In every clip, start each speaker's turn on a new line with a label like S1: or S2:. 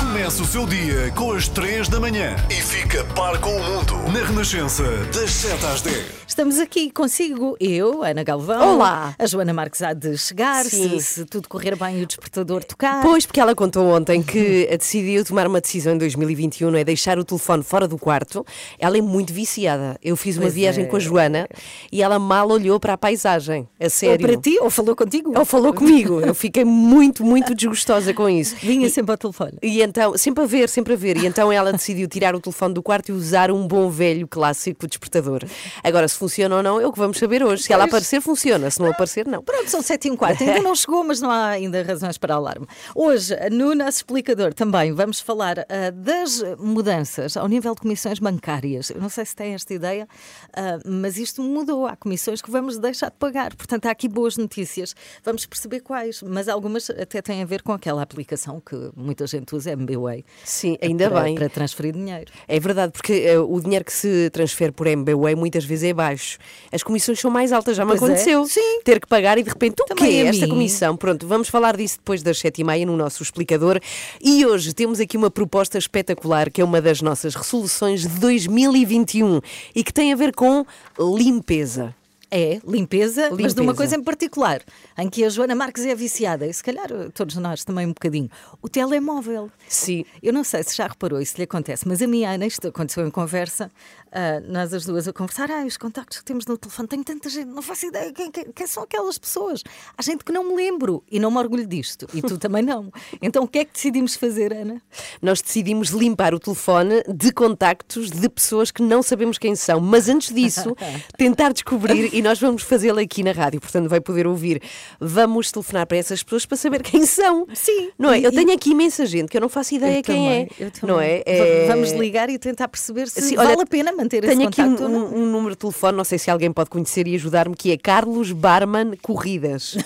S1: Comece o seu dia com as 3 da manhã e fica par com o mundo na Renascença, das 7 às 10.
S2: Estamos aqui consigo, eu, Ana Galvão.
S3: Olá.
S2: A Joana Marques há de chegar,
S3: Sim.
S2: se, se tudo correr bem e o despertador tocar.
S3: Pois, porque ela contou ontem que decidiu tomar uma decisão em 2021, é deixar o telefone fora do quarto. Ela é muito viciada. Eu fiz uma
S2: Pois
S3: viagem
S2: é.
S3: com a Joana e ela mal olhou para a paisagem. A
S2: Ou
S3: sério.
S2: para ti, ou falou contigo.
S3: Ela falou comigo. Eu fiquei muito, muito desgostosa com isso.
S2: Vinha sempre ao telefone.
S3: E então, sempre a ver, sempre a ver. E então ela decidiu tirar o telefone do quarto e usar um bom velho clássico despertador. Agora, se funciona ou não, é o que vamos saber hoje. Se ela
S2: Pois.
S3: aparecer, funciona. Se não aparecer, não.
S2: Pronto, são 7 e um quarto. Ainda não chegou, mas não há ainda razões para alarme. Hoje, no nosso explicador também, vamos falar ah, das mudanças ao nível de comissões bancárias. Eu não sei se tem esta ideia, ah, mas isto mudou. Há comissões que vamos deixar de pagar. Portanto, há aqui boas notícias. Vamos perceber quais, mas algumas até têm a ver com aquela aplicação que muita gente usa, MBWay.
S3: Sim, ainda
S2: é para,
S3: bem.
S2: Para transferir dinheiro.
S3: É verdade, porque eh, o dinheiro que se transfere por MBWay muitas vezes é baixo. As comissões são mais altas, já me
S2: Pois é.
S3: aconteceu.
S2: Sim.
S3: Ter que pagar e de repente, o
S2: Também
S3: quê?
S2: a
S3: Esta
S2: mim.
S3: comissão. Pronto, vamos falar disso depois das sete e meia no nosso explicador. E hoje temos aqui uma proposta espetacular, que é uma das nossas resoluções de 2021 e que tem a ver com limpeza.
S2: É, limpeza, mas de uma
S3: Limpeza.
S2: coisa em particular, em que a Joana Marques é viciada, e se calhar eh, todos nós também um bocadinho. O telemóvel.
S3: Sim.
S2: Eu não sei se já reparou isso lhe acontece, mas a minha Ana, isto aconteceu em conversa, ah, nós as duas a conversar, ah, os contactos que temos no telefone, tenho tanta gente, não faço ideia quem, quem- quem são aquelas pessoas. Há gente que não me lembro e não me orgulho disto, e tu também não. Então o que é que decidimos fazer, Ana?
S3: nós decidimos limpar o telefone de contactos de pessoas que não sabemos quem são. Mas antes disso, tentar descobrir, e nós vamos fazê-lo aqui na rádio, portanto vai poder ouvir. Vamos telefonar para essas pessoas para saber quem são.
S2: Sim.
S3: Não é?
S2: E-
S3: Eu tenho aqui imensa gente que eu não faço ideia
S2: Eu
S3: quem
S2: também,
S3: é.
S2: eu também.
S3: Não é?
S2: Va-
S3: É-
S2: Vamos ligar e tentar perceber se
S3: Sim,
S2: vale
S3: olha,
S2: a pena manter esse
S3: Tenho aqui
S2: contacto ou
S3: um,
S2: não. é?
S3: um- um número de telefone, não sei se alguém pode conhecer e ajudar-me, que é Carlos Barman Corridas.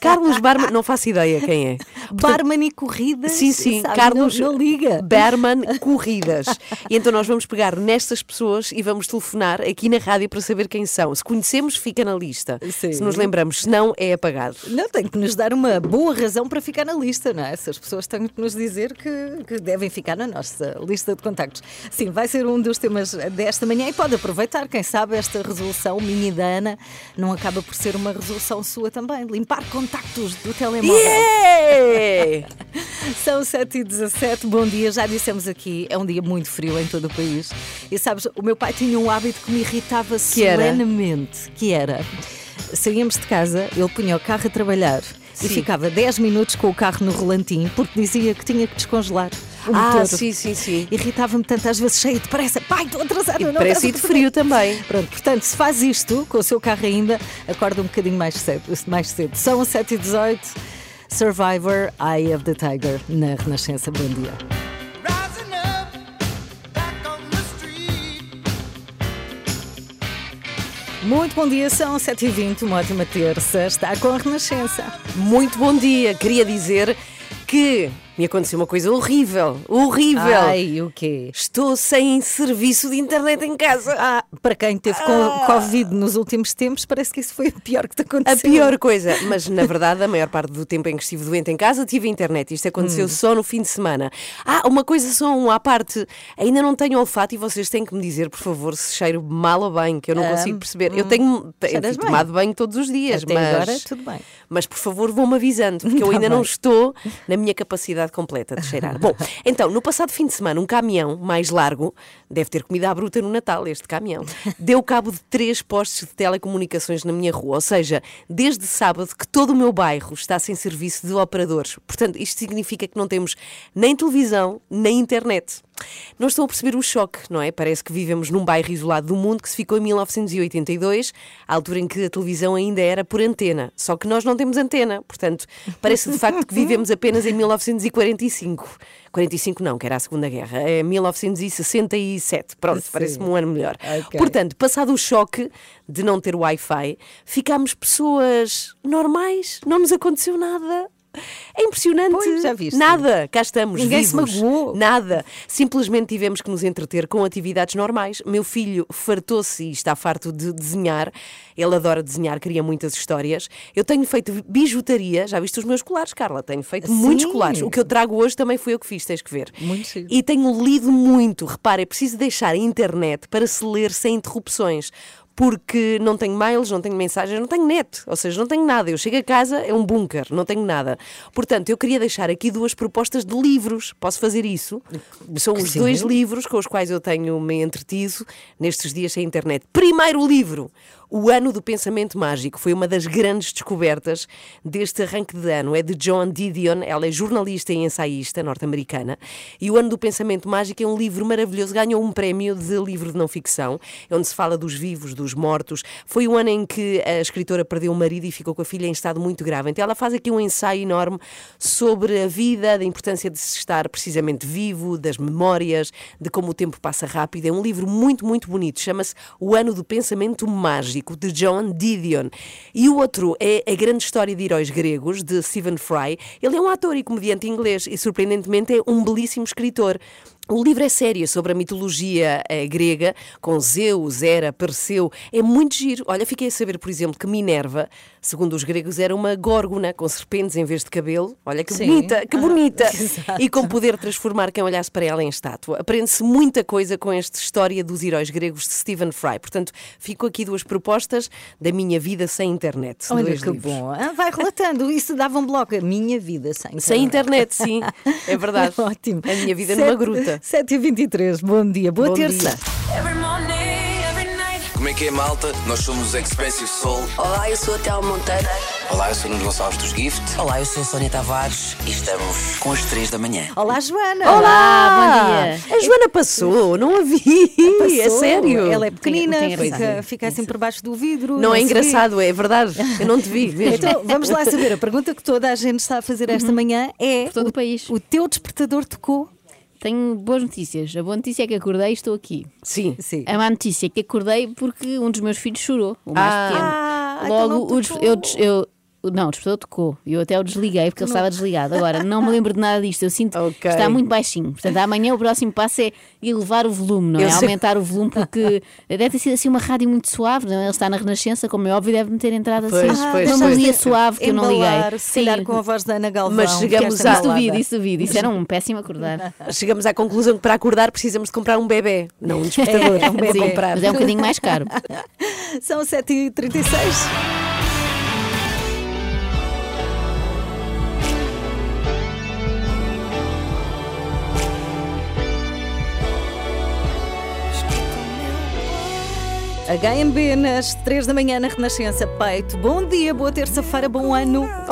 S3: Carlos Barman, não faço ideia quem é.
S2: Barman e corridas.
S3: Sim, sim,
S2: sabe?
S3: Carlos
S2: Não, não liga.
S3: Berman Corridas. e então nós vamos pegar nestas pessoas e vamos telefonar aqui na rádio para saber quem são. Se conhecemos, fica na lista.
S2: Sim.
S3: Se nos lembramos, se não, é apagado.
S2: Não, tem que nos dar uma boa razão para ficar na lista, não é? Essas pessoas têm que nos dizer que, que devem ficar na nossa lista de contactos. Sim, vai ser um dos temas desta manhã e pode aproveitar, quem sabe, esta resolução minha e da Ana não acaba por ser uma resolução sua também. Limpar contactos do telemóvel.
S3: Yeah!
S2: São 7 e 17 bom dia. Já dissemos aqui, é um dia muito frio em todo o país. E sabes, o meu pai tinha um hábito que me irritava
S3: Que era?
S2: solenemente, que era... Saíamos de casa, ele punha o carro a trabalhar
S3: Sim.
S2: e ficava 10 minutos com o carro no relantinho porque dizia que tinha que descongelar o
S3: Ah,
S2: motor.
S3: sim, sim, sim.
S2: Irritava-me tanto, às vezes cheio de pressa. Pai, estou atrasado.
S3: E parece de frio também.
S2: Pronto, portanto, se faz isto com o seu carro ainda, acorda um bocadinho mais cedo. Mais cedo. São 7h18, Survivor, Eye of the Tiger, na Renascença. Bom dia.
S4: Rising up, back on the street.
S2: Muito bom dia, são 7h20, uma ótima terça. Está com a Renascença.
S3: Muito bom dia. Queria dizer que me aconteceu uma coisa horrível. Horrível.
S2: Ai, o quê?
S3: Estou sem serviço de internet em casa.
S2: Ah, para quem teve
S3: Ah.
S2: co- Covid nos últimos tempos, parece que isso foi a pior que te
S3: A
S2: aconteceu.
S3: pior coisa, mas na verdade, a maior parte do tempo em que estive doente em casa tive internet. Isto
S2: Hum.
S3: aconteceu só no fim de semana. Ah, uma coisa só, um à parte. Ainda não tenho olfato e vocês têm que me dizer, por favor, se cheiro mal ou bem, que eu não consigo perceber. eu tenho, eu
S2: Ah, hum. cheiras
S3: tenho
S2: bem.
S3: tomado banho todos os dias,
S2: Até
S3: mas.
S2: agora, tudo bem.
S3: Mas por favor, vão-me avisando, porque eu
S2: Tá
S3: ainda não
S2: bem.
S3: estou na minha capacidade completa de cheirar. Bom, então, no passado fim de semana, um caminhão mais largo, deve ter comida à bruta no Natal, este caminhão, deu cabo de três postes de telecomunicações na minha rua. Ou seja, desde sábado que todo o meu bairro está sem serviço de operadores. Portanto, isto significa que não temos nem televisão, nem internet. Não estão a perceber o choque, não é? Parece que vivemos num bairro isolado do mundo que se ficou em 1982, à altura em que a televisão ainda era por antena. Só que nós não temos antena, portanto, parece de facto que vivemos apenas em 1945. 45 não, que era a Segunda Guerra, é 1967. Pronto,
S2: Sim.
S3: parece-me um ano melhor.
S2: Ok.
S3: Portanto, passado o choque de não ter Wi-Fi, ficámos pessoas normais, não nos aconteceu nada. É impressionante.
S2: Pois, já viste.
S3: Nada, cá estamos.
S2: Ninguém se
S3: vivos.
S2: magoou.
S3: Nada. Simplesmente tivemos que nos entreter com atividades normais. Meu filho fartou-se e está farto de desenhar. Ele adora desenhar, cria muitas histórias. Eu tenho feito bijutaria, já viste os meus colares, Carla? Tenho feito muitos
S2: Sim.
S3: colares. O que eu trago hoje também fui eu que fiz, tens que ver.
S2: Muito giro.
S3: E tenho lido muito. Repara, é preciso deixar a internet para se ler sem interrupções. Porque não tenho mails, não tenho mensagens, não tenho net, ou seja, não tenho nada. Eu chego a casa, é um bunker, não tenho nada. Portanto, eu queria deixar aqui duas propostas de livros. Posso fazer isso? São os
S2: Sim.
S3: dois livros com os quais eu tenho me entretido nestes dias sem internet. Primeiro livro, O Ano do Pensamento Mágico. Foi uma das grandes descobertas deste arranque de ano. É de John Didion, ela é jornalista e ensaísta norte-americana. E O Ano do Pensamento Mágico é um livro maravilhoso. Ganhou um prémio de livro de não ficção, onde se fala dos vivos, dos mortos. Foi um ano em que a escritora perdeu o marido e ficou com a filha em estado muito grave. Então ela faz aqui um ensaio enorme sobre a vida, da importância de se estar precisamente vivo, das memórias, de como o tempo passa rápido. É um livro muito, muito bonito. Chama-se O Ano do Pensamento Mágico, de John Didion. E o outro é A Grande História de Heróis Gregos, de Stephen Fry. Ele é um ator e comediante inglês e, surpreendentemente, é um belíssimo escritor. O livro é sério sobre a mitologia eh, grega, com Zeus, Hera, Perseu. É muito giro. Olha, fiquei a saber, por exemplo, que Minerva, segundo os gregos, era uma górgona com serpentes em vez de cabelo. Olha que
S2: Sim.
S3: bonita, que
S2: Ah,
S3: bonita!
S2: exato.
S3: E com poder transformar quem olhasse para ela em estátua. Aprende-se muita coisa com esta história dos heróis gregos de Stephen Fry. Portanto, fico aqui duas propostas da minha vida sem internet.
S2: Olha
S3: Dois
S2: que
S3: livros.
S2: bom. Ah, vai relatando. Isso dava um bloco. A minha vida sem internet.
S3: Sem internet, sim. É verdade.
S2: Ótimo.
S3: A minha vida
S2: Sete-
S3: numa gruta.
S2: 7h23. Bom dia. Boa
S3: Bom
S2: terça.
S3: dia.
S5: Every morning, every night.
S6: Como é que é, malta? Nós somos os Expensive Soul.
S7: Olá, eu sou a Telmo Monteiro.
S6: Olá, eu sou o Nuno Gonçalves dos Gift.
S7: Olá, eu sou a Sónia Tavares e estamos
S6: Com as 3 da manhã.
S2: Olá, Joana.
S3: Olá, bom dia. A Joana passou, não a vi. É
S2: Passou.
S3: sério.
S2: Ela é pequenina,
S8: Tem- tem
S2: fica,
S8: graça.
S2: fica assim por baixo do vidro.
S3: Não é
S2: se vê.
S3: engraçado, é verdade. Eu não te vi mesmo. Uhum.
S2: Então, vamos lá saber. A pergunta que toda a gente está a fazer esta manhã é:
S8: Por todo o país.
S2: o teu despertador tocou?
S8: Tenho boas notícias. A boa notícia é que acordei e estou aqui.
S3: Sim.
S2: Sim.
S8: A má notícia é que acordei porque um dos meus filhos chorou, o mais
S3: Ah.
S8: pequeno.
S2: Ah, então não
S8: Logo,
S2: tocou.
S8: o des- eu, des- eu- Não, o despertador tocou. Eu até o desliguei porque ele estava desligado. Agora, não me lembro de nada disto. Eu sinto que
S3: Ok.
S8: está muito baixinho. Portanto, amanhã o próximo passo é elevar o volume, não
S3: Eu
S8: é?
S3: sei.
S8: Aumentar o volume porque deve ter sido assim uma rádio muito suave. Não? é? Ele está na Renascença, como é óbvio, deve-me ter entrado assim.
S3: Pois, pois,
S8: uma
S3: pois.
S8: melodia suave que eu não
S2: Ah, Embalar,
S8: liguei.
S2: Se calhar com a voz da Ana Galvão.
S3: Mas chegamos
S2: que esta
S3: à-
S8: Isso duvido,
S2: embalada.
S8: isso duvido. Isso era um péssimo acordar.
S3: Chegamos à conclusão que para acordar precisamos de comprar um bebê, não um despertador.
S2: É, é um
S3: Vou
S2: bebê.
S3: comprar.
S8: Mas é um bocadinho mais caro.
S2: São 7h36. HMB nas 3 da manhã na Renascença Peito. Bom dia, boa terça-feira, bom ano.
S8: Oh,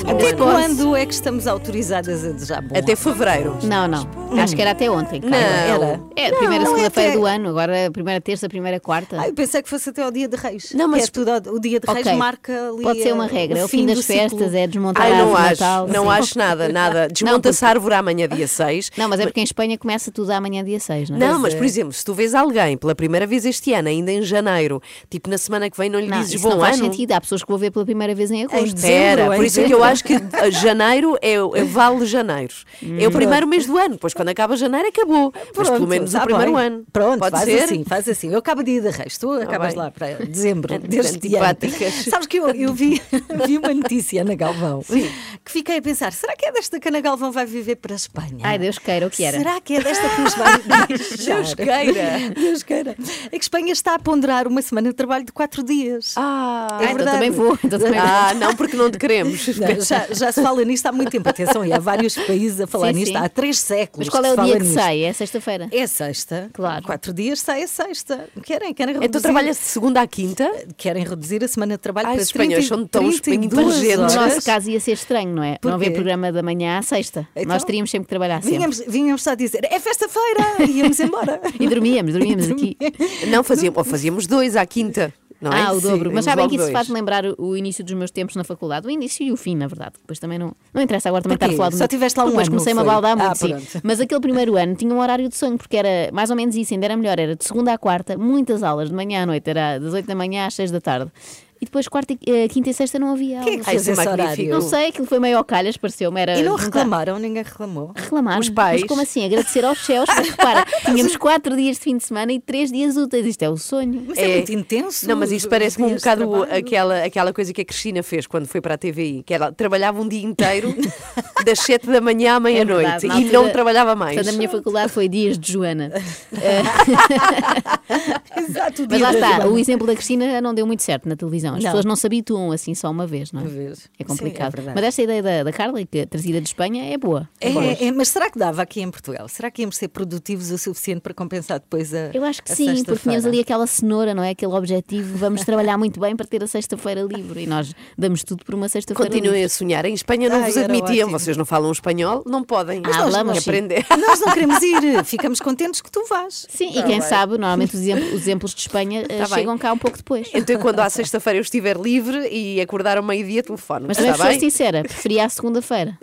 S2: até até quando é que estamos autorizadas a desejar bom
S3: Até
S2: ano?
S3: fevereiro.
S8: Não, não. Acho que era até ontem. Carla.
S3: Não.
S2: Era.
S8: É, a primeira
S2: Não, é
S8: segunda-feira
S2: até-
S8: do ano, agora a primeira terça, a primeira quarta.
S2: Ah, eu pensei que fosse até ao dia de Reis.
S3: Não, mas-
S2: Que é tudo ao- o dia de Reis
S8: Ok.
S2: marca ali.
S8: Pode ser uma
S2: eh,
S8: regra, é o fim das
S2: do ciclo.
S8: festas, é desmontar
S3: Ai,
S8: a
S3: não
S8: árvore de
S3: acho.
S8: Natal.
S3: não
S8: sim.
S3: acho nada, nada. Desmonta-se a árvore amanhã, dia 6.
S8: Não, mas é porque em Espanha começa tudo amanhã dia 6, não é?
S3: Não, mas por exemplo, se tu vês alguém pela primeira vez este ano, ainda em janeiro, tipo na semana que vem, não lhe
S8: Não,
S3: dizes
S8: isso
S3: bom
S8: não faz
S3: ano.
S8: sentido. Há pessoas que vou ver pela primeira vez em agosto.
S3: Espera,
S2: dezembro,
S3: por
S2: em
S3: isso é que eu acho que eh, janeiro é, o- é vale janeiro. É
S8: Hum.
S3: o primeiro mês do ano, pois quando acaba janeiro acabou. mas pelo
S2: Pronto,
S3: menos o
S2: tá
S3: primeiro
S2: bem.
S3: ano.
S2: Pronto,
S3: Pode
S2: faz
S3: ser? Tá
S2: assim, faz assim. Eu acabo de ir de reis, tu acabas
S3: bem.
S2: lá para dezembro deste ano.
S3: Antipáticas.
S2: Sabes que eu, eu vi, vi uma notícia, Ana Galvão, que fiquei a pensar: será que é desta que Ana Galvão vai viver para a Espanha?
S8: Ai, Deus queira, o que era?
S2: Será que é desta que nos vai deixar?
S3: Deus queira.
S2: Deus queira. É que Espanha está a ponderar uma semana de trabalho de quatro dias.
S3: Ah,
S8: Ah, então também vou. Então também vou.
S3: Ah, não, porque não te queremos.
S2: Não, já, já se fala nisto há muito tempo. Atenção, e há vários países a falar
S8: Sim,
S2: nisto
S8: sim.
S2: há três séculos.
S8: Mas qual é
S2: se
S8: o dia
S2: fala
S8: que
S2: nisto.
S8: sai? É sexta-feira.
S2: É sexta.
S8: Claro.
S2: Quatro dias sai a sexta. Querem, querem reduzir.
S3: Então trabalhas de segunda à quinta?
S2: Querem reduzir a semana de trabalho
S3: Ai,
S2: para
S3: os espanhóis
S2: 30,
S3: são tão
S2: 32
S3: espanhóis.
S2: horas.
S8: No nosso caso ia ser estranho, não é?
S2: Porquê?
S8: Não haver programa da manhã à sexta.
S2: Então,
S8: Nós teríamos sempre que trabalhar sempre.
S2: Vínhamos, vínhamos só dizer, é festa-feira, e é íamos embora.
S8: E dormíamos, dormíamos aqui.
S3: Não, fazíamos, ou fazíamos dois à quinta. Não é?
S8: Ah, o dobro.
S3: Sim, fazíamos
S8: Mas sabem que
S3: logo
S8: isso faz-me
S3: dois.
S8: lembrar o- o início dos meus tempos na faculdade. O início e o fim, na verdade. Depois também não. Não interessa agora também
S2: Porquê?
S8: estar a falar do
S2: Só tiveste lá um
S8: Depois
S2: ano,
S8: comecei-me a
S2: foi?
S8: baldar
S2: Ah,
S8: muito, sim.
S2: pronto.
S8: Mas aquele primeiro ano tinha um horário de sonho, porque era mais ou menos isso, ainda era melhor. Era de segunda à quarta, muitas aulas, de manhã à noite, era das 8 da manhã às 6 da tarde. e depois quarta, e- eh, quinta e sexta não havia
S2: Quem é
S8: aulas.
S2: que
S3: Ah,
S2: fez
S3: isso é
S2: esse
S3: magnífico.
S2: horário?
S8: Não sei, aquilo foi meio ao calhas, pareceu-me. Era
S2: E não
S8: juntar-
S2: reclamaram, ninguém reclamou.
S8: Reclamaram.
S3: Os pais.
S8: Mas como assim? Agradecer aos céus, mas repara, tínhamos quatro dias de fim de semana e três dias úteis. Isto é o sonho.
S2: Mas é, muito intenso.
S3: Não, mas
S2: os-
S3: isto
S2: os
S3: parece-me um
S2: dias de
S3: bocado
S2: trabalho.
S3: aquela, aquela coisa que a Cristina fez quando foi para a TVI, que ela trabalhava um dia inteiro, das 7 da manhã à
S8: É verdade,
S3: meia-noite,
S8: na
S3: e
S8: altura-
S3: não trabalhava mais.
S8: Portanto, a minha faculdade foi dias de Joana.
S2: Exato, o
S8: Mas
S2: dia
S8: lá
S2: da
S8: está,
S2: semana.
S8: o exemplo da Cristina não deu muito certo na televisão. As
S2: Não.
S8: pessoas não se habituam assim só uma vez, não é?
S2: Uma vez.
S8: É
S2: Sim, é
S8: complicado.
S2: verdade.
S8: Mas esta ideia da, da Carla, que é trazida de Espanha, é boa.
S2: É, é, mas será que dava aqui em Portugal? Será que íamos ser produtivos o suficiente para compensar depois a.
S8: Eu acho que
S2: a
S8: sim, porque
S2: é sexta-feira?
S8: tínhamos ali aquela cenoura, não é? Aquele objetivo, vamos trabalhar muito bem para ter a sexta-feira livre. E nós damos tudo por uma sexta-feira
S3: Continuem
S8: livre.
S3: a sonhar. Em Espanha não
S2: Ai,
S3: vos
S2: era
S3: admitiam.
S2: ótimo.
S3: Vocês não falam espanhol, não podem.
S8: Mas Ah, nós- hablamos,
S3: Têm que
S8: sim.
S3: aprender.
S2: Nós não queremos ir, ficamos contentes que tu vás.
S8: Sim, e quem sabe, normalmente os exemplos, os exemplos de Espanha eh,
S3: Tá bem.
S8: chegam cá um pouco depois.
S3: Então, quando à sexta-feira eu estiver livre e acordar ao meio-dia, telefone.
S8: Mas também
S3: está
S8: sou
S3: tá bem?
S8: sincera, preferia a segunda-feira.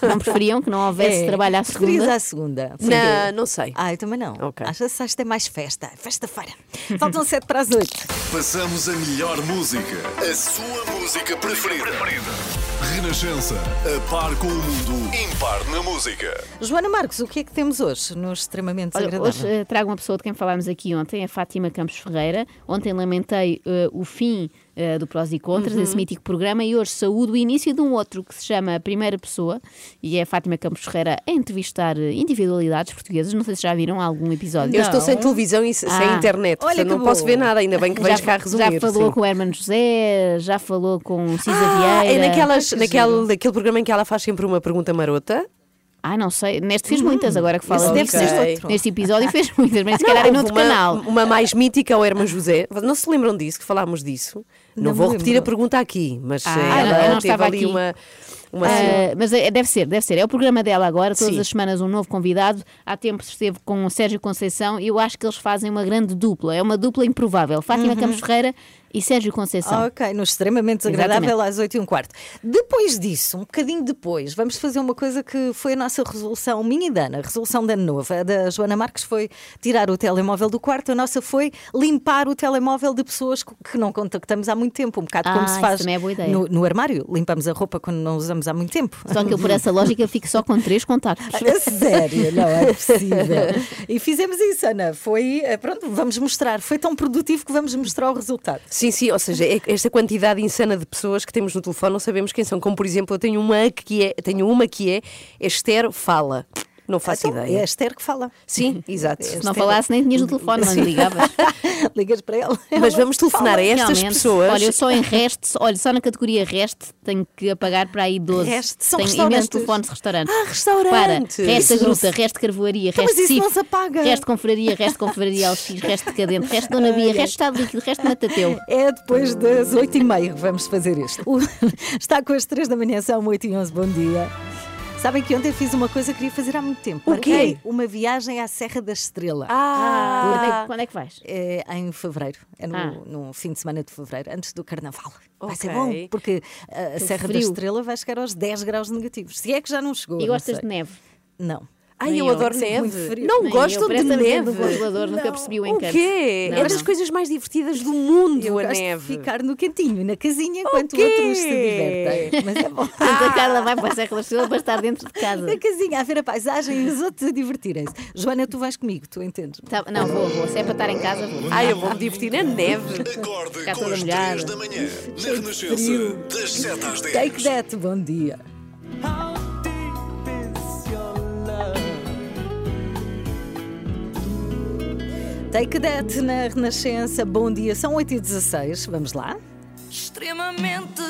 S8: Não preferiam que não houvesse
S2: É,
S8: trabalho à
S2: preferias
S8: segunda.
S2: à segunda.
S3: Não, não sei.
S2: Ah, eu também não.
S3: Ok.
S2: Acho que sexta é mais festa. Festa-feira. Faltam sete para as oito.
S1: Passamos a melhor música. A sua música preferida. Renascença. A par com o mundo. Impar na música.
S2: Joana Marcos, o que é que temos hoje no extremamente
S8: Olha,
S2: desagradável?
S8: hoje eh, trago uma pessoa de quem falámos aqui ontem, a Fátima Campos Ferreira. Ontem lamentei eh, o fim eh, do Prós e Contras,
S3: Uhum.
S8: desse mítico programa, e hoje saúdo o início de um outro que se chama A Primeira Pessoa, e é a Fátima Campos Ferreira a entrevistar eh, individualidades portuguesas. Não sei se já viram algum episódio.
S3: Eu estou sem televisão e se- sem
S8: Ah.
S3: internet,
S2: Olha
S3: portanto
S2: que
S3: não posso
S2: bom.
S3: ver nada. Ainda bem que
S8: já,
S3: vais cá resumir.
S8: já falou
S3: sim.
S8: com o Hermano José, já falou com o Cisa
S3: Ah, é
S8: Vieira. assim.
S3: naquelas, naquele, naquele programa em que ela faz sempre uma pergunta marota.
S8: Ah, não sei. Neste fez muitas,
S3: Uhum.
S8: agora que fala
S2: esse deve
S8: disso.
S2: ser outro.
S8: Neste episódio fez muitas, mas se calhar é no outro
S3: uma,
S8: canal.
S3: uma mais mítica ao Herman José. Não se lembram disso, que falámos disso. Não,
S2: Não me
S3: vou repetir
S2: lembro.
S3: a pergunta aqui, mas
S8: Ah,
S3: eh,
S8: eu não- eu
S3: ela
S8: não
S3: teve
S8: estava
S3: ali
S8: aqui.
S3: uma. uma
S8: Ah, mas é- deve ser, deve ser. É o programa dela agora, todas
S3: Sim.
S8: as semanas um novo convidado. Há tempo esteve com o Sérgio Conceição e eu acho que eles fazem uma grande dupla. É uma dupla improvável. Fátima Campos Ferreira e Sérgio Conceição.
S2: Ah, ok, no extremamente desagradável às 8 e um quarto. Depois disso, um bocadinho depois, vamos fazer uma coisa que foi a nossa resolução, minha e da Ana, a resolução da nova. A da Joana Marques foi tirar o telemóvel do quarto, a nossa foi limpar o telemóvel de pessoas co- que não contactamos há muito tempo, um bocado
S8: Ah,
S2: como se
S8: isso
S2: faz
S8: também é boa ideia.
S2: no, no armário. Limpamos a roupa quando não usamos há muito tempo.
S8: Só que eu, por essa lógica, fico só com três contactos.
S2: A sério, não é possível. E fizemos isso, Ana. Foi, eh, pronto, vamos mostrar. Foi tão produtivo que vamos mostrar o resultado.
S3: Sim, sim, ou seja, é esta quantidade insana de pessoas que temos no telefone, não sabemos quem são. Como por exemplo, eu tenho uma que é, tenho uma que é Esther Fala. Não faço
S2: Então, É
S3: ideia.
S2: a Esther que fala.
S3: Sim, exato.
S8: Se não falasse, nem tinhas o telefone, não lhe ligavas.
S2: Ligas para ela.
S3: Mas vamos telefonar a estas
S8: Realmente.
S3: pessoas.
S8: Olha, eu só em rest, olha, só na categoria rest tenho que apagar para aí 12.
S2: Rest, são
S8: tenho
S2: restaurantes.
S8: imensos telefones de restaurantes.
S3: Ah, restaurantes.
S8: Para, resta
S3: Isso não
S8: gruta, resta carvoaria,
S2: Então,
S8: resta
S2: mas isso
S8: Cif,
S2: não se apaga.
S8: Resta confraria, resta confraria LX, resta decadente, resta dona Bia, resta estado líquido, resta matateu.
S2: É depois das 8h30 que vamos fazer isto. O- Está com as 3 da manhã, são 8 e 11 bom dia. Sabem que ontem fiz uma coisa que queria fazer há muito tempo.
S3: O quê?
S2: Marquei uma viagem à Serra da Estrela.
S8: Quando é que-
S3: Ah,
S8: Quando é que vais?
S2: É em fevereiro, é no,
S8: Ah.
S2: no fim de semana de fevereiro, antes do carnaval. Vai ser
S3: Ok.
S2: bom, porque a, a Serra da
S8: frio.
S2: Estrela vai chegar aos 10 graus negativos. Se é que já não chegou.
S8: E
S2: não
S8: gostas de
S2: sei.
S8: neve?
S2: Não.
S3: Ai,
S8: Nem
S3: eu
S8: eu,
S3: adoro
S8: sempre
S2: muito
S3: neve.
S2: frio.
S3: Não
S8: Nem eu,
S3: gostam de
S8: parece a
S3: neve.
S8: visão do um congelador, nunca percebi o encanto.
S3: O quê?
S8: Não,
S3: é das
S8: não.
S3: coisas mais divertidas do mundo,
S2: Eu
S3: a
S2: gosto de
S3: neve.
S2: ficar no cantinho, na casinha, enquanto
S3: quê?
S2: outros se divertem. Mas é bom.
S8: Portanto,
S3: Ah!
S8: a Carla vai para a Serra da Estrela para estar dentro de casa.
S2: Na casinha, a ver a paisagem e os outros a divertirem-se. Joana, tu vais comigo, tu entendes?
S8: Tá- não, vou, vou. Se é para estar em casa, vou.
S3: Ai, eu vou me divertir na neve.
S1: Acorde
S8: Ficar
S1: com
S8: toda
S1: as
S8: molhada.
S1: 3 da manhã. Na Renascença. Das 7 às 10.
S2: Take that, bom dia.
S4: How deep is your love?
S2: Take that na Renascença, bom dia, são 8h16, vamos lá.
S5: Extremamente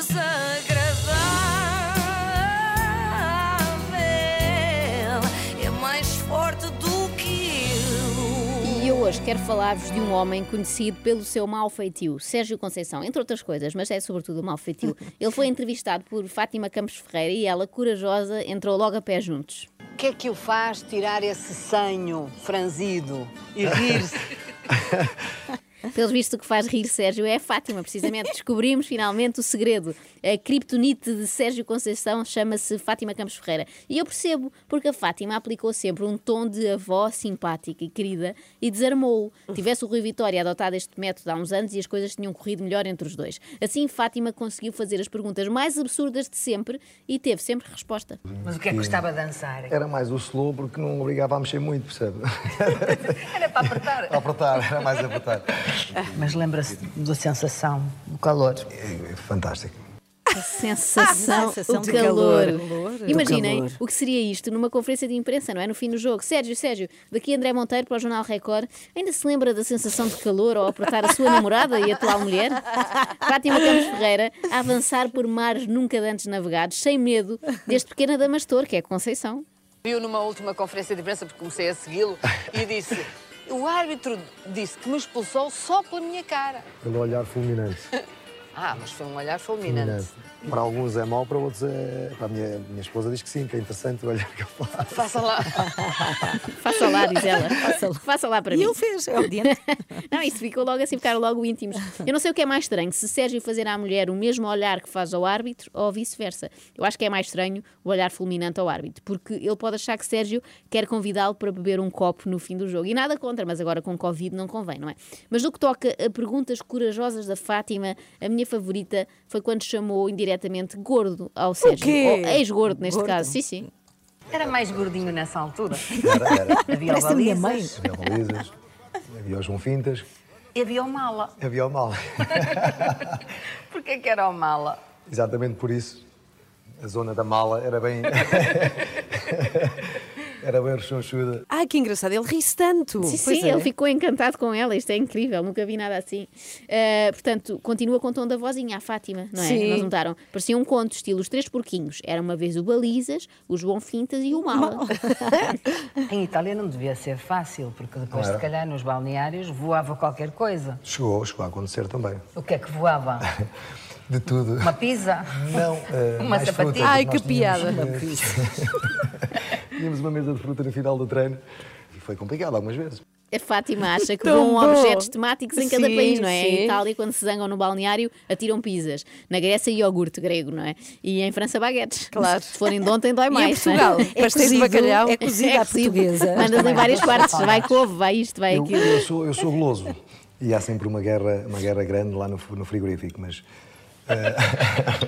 S5: desagradável. É mais forte do que eu.
S8: E eu hoje quero falar-vos de um homem conhecido pelo seu mau feitio, Sérgio Conceição, entre outras coisas, mas é sobretudo o mau feitio. Ele foi entrevistado por Fátima Campos Ferreira e ela, corajosa, entrou logo a pé juntos.
S9: O que é que o faz tirar esse senho franzido e rir-se?
S8: Pelos vistos, o que faz rir Sérgio é a Fátima, precisamente. Descobrimos finalmente o segredo. A criptonite de Sérgio Conceição chama-se Fátima Campos Ferreira. E eu percebo, porque a Fátima aplicou sempre um tom de avó simpática e querida e desarmou-o. Tivesse o Rui Vitória adotado este método há uns anos e as coisas tinham corrido melhor entre os dois. Assim, Fátima conseguiu fazer as perguntas mais absurdas de sempre e teve sempre resposta.
S9: Mas o que é que gostava de dançar?
S10: Era mais o slow porque não obrigava a mexer muito, percebe?
S9: Era para apertar.
S10: a apertar, era mais a apertar.
S9: Mas lembra-se da sensação do calor.
S10: É fantástico.
S8: A sensação,
S2: Ah, sensação
S8: o
S2: de
S8: calor.
S2: calor.
S8: Imaginem
S3: Do calor.
S8: o que seria isto numa conferência de imprensa, não é? No fim do jogo. Sérgio, Sérgio, daqui André Monteiro para o Jornal Record. Ainda se lembra da sensação de calor ao apertar a sua namorada e atual mulher? Fátima Campos Ferreira a avançar por mares nunca antes navegados, sem medo, deste pequeno Adamastor, que é Conceição.
S11: Viu numa última conferência de imprensa, porque comecei a segui-lo, e disse: O árbitro disse que me expulsou só pela minha cara.
S10: Pelo olhar fulminante.
S11: Ah, mas foi um olhar fulminante.
S10: fulminante. Para alguns é mau, para outros é. Para a minha, minha esposa diz que sim, que é interessante o olhar que eu faço.
S11: Faça lá.
S8: Faça lá, diz ela. Faça lá para
S2: E
S8: mim.
S2: ele fez, é obediente.
S8: Não, isso ficou logo assim, ficaram logo íntimos. Eu não sei o que é mais estranho, se Sérgio fazer à mulher o mesmo olhar que faz ao árbitro ou vice-versa. Eu acho que é mais estranho o olhar fulminante ao árbitro, porque ele pode achar que Sérgio quer convidá-lo para beber um copo no fim do jogo. E nada contra, mas agora com Covid não convém, não é? Mas no que toca a perguntas corajosas da Fátima, a minha favorita foi quando chamou indiretamente gordo ao Sérgio.
S2: quê?
S8: Ou ex-gordo, neste
S2: Gordo?
S8: caso. Sim, sim.
S9: Era mais gordinho nessa altura.
S10: Era, era.
S9: Havia
S2: Parece a minha mãe.
S9: balizas
S10: Havia balizas, havia os bonfintas,
S9: E havia o mala.
S10: havia o mal.
S9: Porquê que era o mala?
S10: Exatamente por isso, a zona da mala era bem. era bem rechonchuda.
S3: Ai, que engraçado, ele ri-se tanto.
S8: Sim,
S3: Pois
S8: sim,
S3: é.
S8: ele ficou encantado com ela, isto é incrível, nunca vi nada assim. Ah, portanto, continua com o tom da vozinha, a Fátima, não é?
S3: Sim.
S8: Não notaram? Parecia um conto, estilo Os Três Porquinhos. Era uma vez o Balizas, os Bonfintas e o Mala.
S9: Em Itália não devia ser fácil, porque depois, se calhar, nos balneários voava qualquer coisa.
S10: Chegou, chegou a acontecer também.
S9: O que é que voava?
S10: De tudo.
S9: Uma pizza?
S10: Não, eh,
S9: Uma
S10: mais
S9: sapatilha.
S10: frutas.
S3: Ai,
S10: Nós
S3: que piada.
S10: eh, tínhamos uma mesa de fruta no final do treino e foi complicado algumas vezes.
S8: A Fátima acha que
S3: Tão
S8: vão
S3: bom.
S8: objetos temáticos em cada
S3: Sim,
S8: país, não é?
S3: sim.
S8: Em Itália, quando se zangam no balneário, atiram pizzas. Na Grécia, iogurte grego, não é? E em França, baguetes.
S3: Claro.
S8: Se forem de ontem, dói
S3: em
S8: mais. não é?
S3: Portugal? Pastéis de
S2: cozido,
S3: bacalhau?
S2: É cozida à
S8: possível.
S2: portuguesa.
S8: Mandas em várias partes, vai couve, vai isto, vai
S10: Eu,
S8: aquilo.
S10: eu sou, eu sou goloso e há sempre uma guerra, uma guerra grande lá no, fr- no frigorífico, mas eh,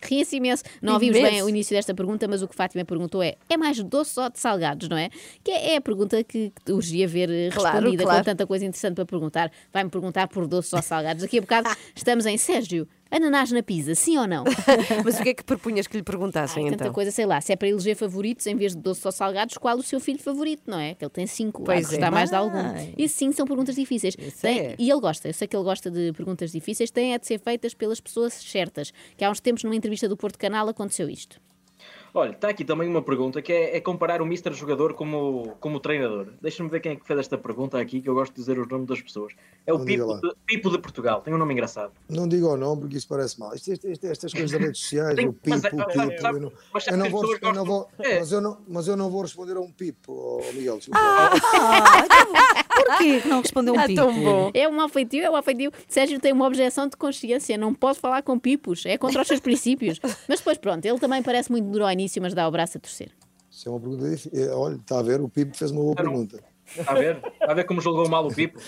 S8: Ria-se imenso. Não ouvimos bem
S3: Imenso.
S8: o início desta pergunta, mas o que Fátima perguntou é: é mais doce ou de salgados, não é? Que é a pergunta que urgia ver eh,
S3: Claro,
S8: respondida,
S3: claro.
S8: com tanta coisa interessante para perguntar. Vai-me perguntar por doces ou salgados. Daqui a bocado estamos em Sérgio, ananás na pizza, sim ou não?
S3: Mas o que é que propunhas que lhe perguntassem
S8: Ai, tanta
S3: então?
S8: coisa, sei lá, se é para eleger favoritos em vez de doces ou salgados, qual o seu filho favorito, não é? Que ele tem cinco, há de
S3: Pois é.
S8: gostar mais de algum.
S2: Ai.
S8: Isso sim são perguntas difíceis. Tem-
S2: é.
S8: E ele gosta, eu sei que ele gosta de perguntas difíceis, têm é de ser feitas pelas pessoas certas. Que há uns tempos, numa entrevista do Porto Canal, aconteceu isto.
S12: Olha, está aqui também uma pergunta que é, é comparar o Mister Jogador como, como treinador. Deixa-me ver quem é que fez esta pergunta aqui, que eu gosto de dizer os nomes das pessoas. É o
S10: Não diga
S12: Pipo
S10: lá.
S12: de, Pipo de Portugal, tem um nome engraçado.
S10: não digo o nome porque isso parece mal. Isto- isto- isto- estas coisas das redes sociais,
S12: Tem-
S10: o pipo, o
S12: mas é-
S10: pipo,
S12: sabe- sabe-
S10: eu não-
S12: mas sabe
S10: eu não
S12: que as
S10: vou-
S12: pessoas
S10: eu não vou-
S12: gostam- É.
S10: mas eu não- mas eu não vou responder a um pipo, ó, Miguel. desculpa.
S2: Porquê que não respondeu um
S3: Ah,
S2: pico?
S3: tão bom.
S8: É um mau feitio, é um mau feitio. Sérgio tem uma objeção de consciência, não pode falar com pipos, é contra os seus princípios. Mas depois, pronto, ele também parece muito duro ao início, mas dá o braço a torcer.
S10: Isso é uma pergunta difícil. Eh, Olha, está a ver, o pipo fez uma boa pergunta.
S12: Está a ver? Está a ver como julgou mal o Pipo?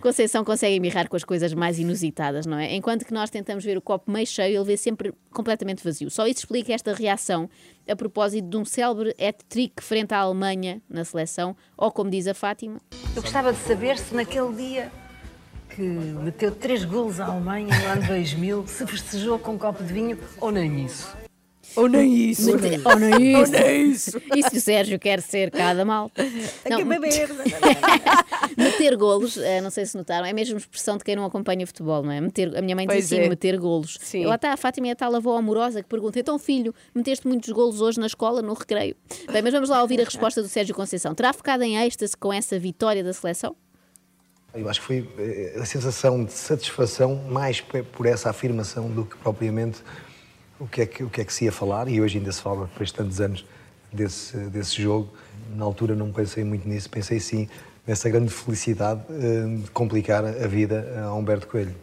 S8: Conceição consegue mirrar com as coisas mais inusitadas, não é? Enquanto que nós tentamos ver o copo meio cheio, ele vê sempre completamente vazio. Só isso explica esta reação a propósito de um célebre hat-trick frente à Alemanha na seleção, ou como diz a Fátima,
S9: Eu gostava de saber se naquele dia que meteu três golos à Alemanha no ano 2000, se festejou com um copo de vinho ou nem isso.
S3: Ou nem isso.
S8: Oh, não é isso. Isso o Sérgio quer ser cada mal. Não, então,
S2: beber.
S8: meter golos, eh, não sei se notaram, é mesmo expressão de quem não acompanha o futebol, não é? Meter, a minha mãe diz
S3: Pois
S8: assim,
S3: é.
S8: meter golos.
S3: Sim.
S8: Lá está a Fátima é a tal avó amorosa que pergunta: então, filho, meteste muitos golos hoje na escola, no recreio? Bem, mas vamos lá ouvir a resposta do Sérgio Conceição. Terá ficado em êxtase com essa vitória da seleção?
S10: Eu acho que foi eh, a sensação de satisfação mais pe- por essa afirmação do que propriamente o que é que, o que, é que se ia falar, e hoje ainda se fala, depois de tantos anos, desse, desse jogo. Na altura não pensei muito nisso, pensei sim nessa grande felicidade eh, de complicar a vida a Humberto Coelho.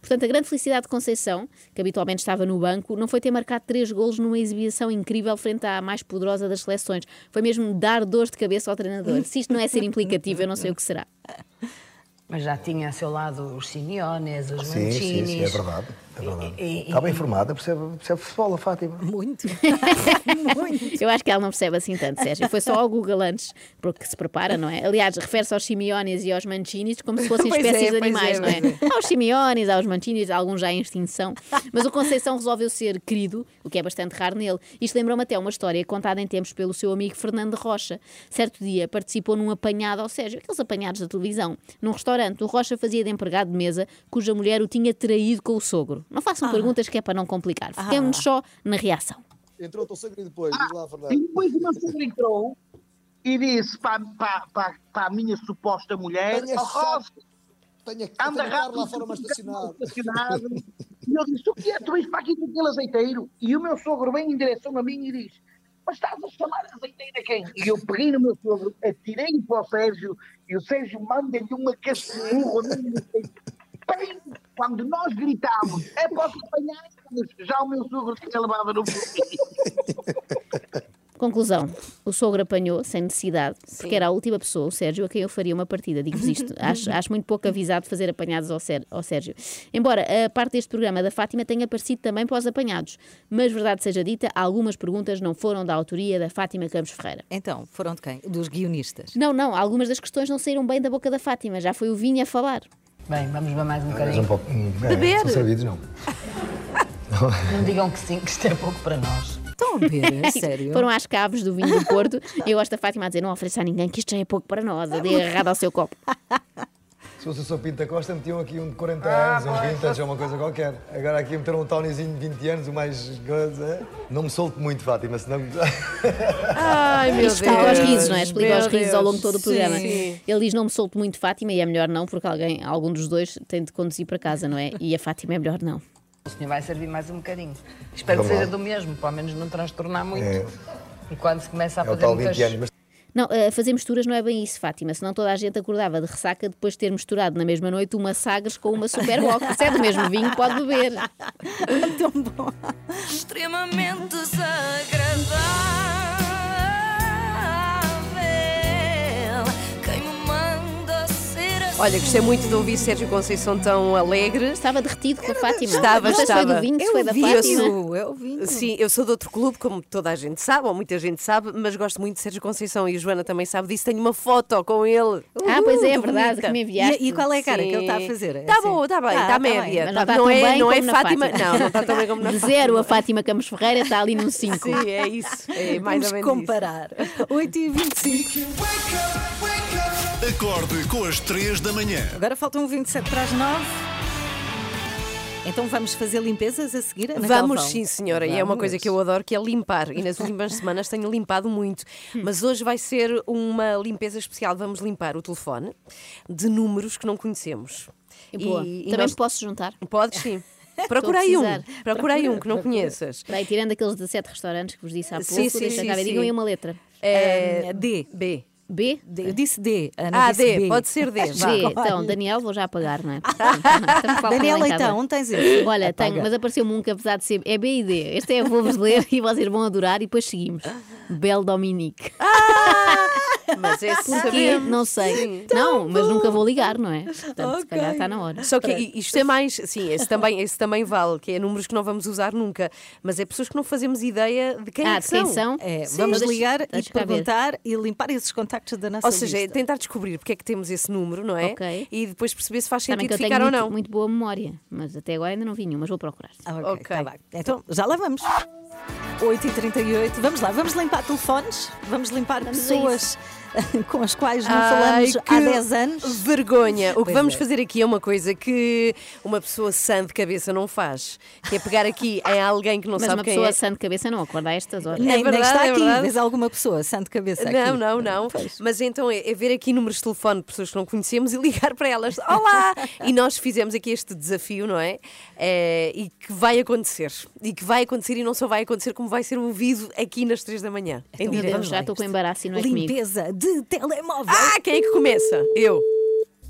S8: Portanto, a grande felicidade de Conceição, que habitualmente estava no banco, não foi ter marcado três golos numa exibição incrível frente à mais poderosa das seleções. Foi mesmo dar dores de cabeça ao treinador. Se isto não é ser implicativo, eu não sei o que será.
S9: Mas já tinha a seu lado os Simeones, os
S10: Sim, sim, sim, é
S9: Mancinis.
S10: verdade. É verdade.
S9: E- e-
S10: Está bem
S9: e-
S10: informada, percebe, percebe futebol, a Fátima.
S2: Muito.
S8: Eu acho que ela não percebe assim tanto, Sérgio. Foi só ao Google antes, porque se prepara, não é? Aliás, refere-se aos simiones e aos manchinis como se fossem
S2: Pois é,
S8: espécies de
S2: pois
S8: animais,
S2: é,
S8: não
S2: pois
S8: é? Aos simiones, aos manchinis, alguns já em extinção. Mas o Conceição resolveu ser querido, o que é bastante raro nele. Isto lembrou-me até uma história contada em tempos pelo seu amigo Fernando Rocha. Certo dia participou num apanhado ao Sérgio, aqueles apanhados da televisão, num restaurante. O Rocha fazia de empregado de mesa cuja mulher o tinha traído com o sogro. Não façam
S13: Ah.
S8: perguntas que é para não complicar.
S2: Ah.
S8: Ficamos só na reação.
S13: Entrou o teu sogro e depois, diz lá, Fernando.
S14: E depois o meu sogro entrou e disse para, para, para, para a minha suposta mulher:
S13: Tenha
S14: "Oh,
S13: sorte.
S14: Rosa,
S13: Tenho que
S14: anda
S13: tenho carro
S14: rápido,
S13: lá fora, mas estacionado.
S14: estacionado. E eu disse: O que é? Tu vens para aqui com aquele azeiteiro? E o meu sogro vem em direção a mim e diz: Mas estás a chamar azeiteiro a quem? E eu peguei no meu sogro, atirei para o Sérgio e o Sérgio manda-lhe uma cascurra. Bem, Quando nós gritámos, é para os apanhados, já o meu sogro tinha levado no pulmão.
S8: Conclusão, o sogro apanhou sem necessidade, porque era a última pessoa, o Sérgio, a quem eu faria uma partida, digo-vos isto. Acho, acho muito pouco avisado fazer apanhados ao, Sér- ao Sérgio. Embora a parte deste programa da Fátima tenha aparecido também para os apanhados, mas verdade seja dita, algumas perguntas não foram da autoria da Fátima Campos Ferreira.
S3: É
S2: Então, foram de quem? Dos guionistas.
S8: Não, não, algumas das questões não saíram bem da boca da Fátima, já foi o Vinha a falar.
S9: Bem, vamos ver mais um
S10: Mas não
S9: bocadinho.
S10: pode- hum, é,
S9: Beber.
S10: São servidos, não.
S9: Não digam que sim, que isto é pouco para nós.
S2: Estão a ver, é sério?
S8: Foram às caves do vinho do Porto e eu gosto da Fátima a dizer: não ofereça a ninguém, que isto já é pouco para nós, ali agarrado ao seu copo.
S10: Se fosse o Sr. Pinta Costa, metiam aqui um de 40
S8: Ah,
S10: anos, um
S8: pois.
S10: 20 anos, ou uma coisa qualquer. Agora aqui meteram um Tonyzinho de 20 anos, o mais. gozo, é? Não me solte muito, Fátima, senão.
S8: Ai,
S10: meu
S8: Explica aos
S10: Deus.
S8: risos, não é? Explica
S10: Meu
S8: aos risos ao longo de todo o
S10: Deus.
S8: programa.
S10: Sim.
S8: Ele diz: não me solto muito, Fátima, e é melhor não, porque alguém, algum dos dois tem de conduzir para casa, não é? E a Fátima é melhor não.
S9: O senhor vai servir mais um bocadinho. Espero
S8: Vamos
S9: que
S8: lá.
S9: seja do mesmo, para ao menos não transtornar muito.
S8: É.
S9: E quando se começa a
S7: É
S10: É
S9: fazer muitas...
S8: Não, eh, fazer misturas não é bem isso, Fátima, senão toda a gente acordava de ressaca depois de ter misturado na mesma noite uma Sagres com uma Super Bock. Se é do mesmo vinho, pode beber.
S5: extremamente desagradável. Quem me manda ser assim?
S3: Olha, gostei muito de ouvir Sérgio Conceição tão alegre.
S8: Estava derretido com a Fátima.
S3: Estava,
S8: Não sei se foi
S3: estava.
S8: do vinho, se foi da
S3: vi,
S8: Fátima.
S3: sou- Sim, eu sou de outro clube, como toda a gente sabe, ou muita gente sabe, mas gosto muito de Sérgio Conceição e a Joana também sabe disso. Tenho uma foto com ele.
S8: Ah, pois é, é
S3: Muito
S8: verdade,
S3: bonita.
S8: que me enviaste. E- e qual é a cara que ele está a fazer? É
S3: Está
S8: assim?
S3: bom, está bem,
S8: Tá,
S3: está
S8: tá bem,
S3: média.
S8: mas
S3: Tá-
S8: não tá tão
S3: é,
S8: bem
S3: não é
S8: como na
S3: Fátima.
S8: Fátima.
S3: Não, não está tão bem como na
S8: De
S3: Fátima.
S8: zero a Fátima Campos Ferreira está ali num 5.
S3: Sim, é isso. É mais
S2: Vamos
S3: ou menos
S2: comparar. 8 e 25.
S1: Acorde com as 3 da manhã.
S2: Agora faltam 27 para as 9. Então vamos fazer limpezas a seguir?
S8: É
S2: Ana
S3: Vamos
S2: Galvão?
S3: sim, senhora, e é uma coisa
S2: Vamos.
S3: que eu adoro, que é limpar. E nas últimas semanas tenho limpado muito. Mas hoje vai ser uma limpeza especial. Vamos limpar o telefone de números que não conhecemos.
S8: Boa. Também me posso juntar?
S3: Podes sim.
S8: Estou a
S3: Procurei um,
S8: precisar.
S3: procurei um que não conheças.
S8: Bem, tirando aqueles 17 restaurantes que vos disse há pouco,
S3: Sim, sim,
S8: deixa
S3: sim,
S8: cá ver,
S3: sim.
S8: digam aí uma letra.
S3: É,
S2: D.
S3: B.
S8: B?
S2: Eu disse D.
S3: Ah, D, pode ser D, vá.
S8: D. Então, Daniel, vou já apagar, não é?
S3: Tá
S2: Daniel
S3: então,
S2: Leitão, onde tens
S3: é
S2: esse?
S8: tá Olha,
S2: Apaga.
S8: tenho, mas apareceu-me um que apesar de ser. É B e D. Este é, vou-vos ler e vocês vão adorar e depois seguimos. Bel Dominique.
S3: Mas é
S8: Porquê? Não sei. não, mas nunca vou ligar, não é? Portanto, se calhar está na hora.
S3: Só que isto é mais, sim, esse também, esse também vale, que é números que não vamos usar nunca, mas é pessoas que não fazemos ideia de quem,
S8: Ah,
S3: é que
S8: de quem são?
S2: É,
S3: Sim.
S2: vamos ligar e
S3: Deixa cá ver.
S2: perguntar e limpar esses contactos da nossa
S3: Ou seja, é
S2: lista.
S3: tentar descobrir porque é que temos esse número, não é?
S8: Ok.
S3: E depois perceber se faz
S8: Sabem
S3: sentido
S8: que eu tenho
S3: ficar ou
S8: muito,
S3: não.
S8: muito boa memória, mas até agora ainda não vi nenhum, mas vou procurar.
S2: ok, tá bem. Então, já lá vamos. 8h38, vamos lá, vamos limpar telefones, vamos limpar
S3: Vamos a
S2: pessoas com as quais não
S3: Ai,
S2: falamos há
S3: que
S2: 10 anos.
S3: Vergonha. O que
S2: Pois
S3: vamos
S2: é.
S3: fazer aqui é uma coisa que uma pessoa sã de cabeça não faz, que é pegar aqui em alguém que não
S8: Mas
S3: sabe
S8: uma
S3: quem
S8: pessoa
S3: é.
S8: sã de cabeça não acorda a estas horas.
S2: Nem, nem está aqui,
S3: verdade.
S2: vês alguma pessoa, santo de cabeça
S3: Não,
S2: aqui.
S3: não, não. Mas então é, é ver aqui números de telefone de pessoas que não conhecemos e ligar para elas. Olá! e nós fizemos aqui este desafio, não é? É, E que vai acontecer. E que vai acontecer e não só vai acontecer como vai ser ouvido aqui nas três da manhã.
S8: Então, meu Deus, já estou com embaraço e não é comigo.
S2: Limpeza de telemóvel.
S3: Ah, quem é que começa? Eu.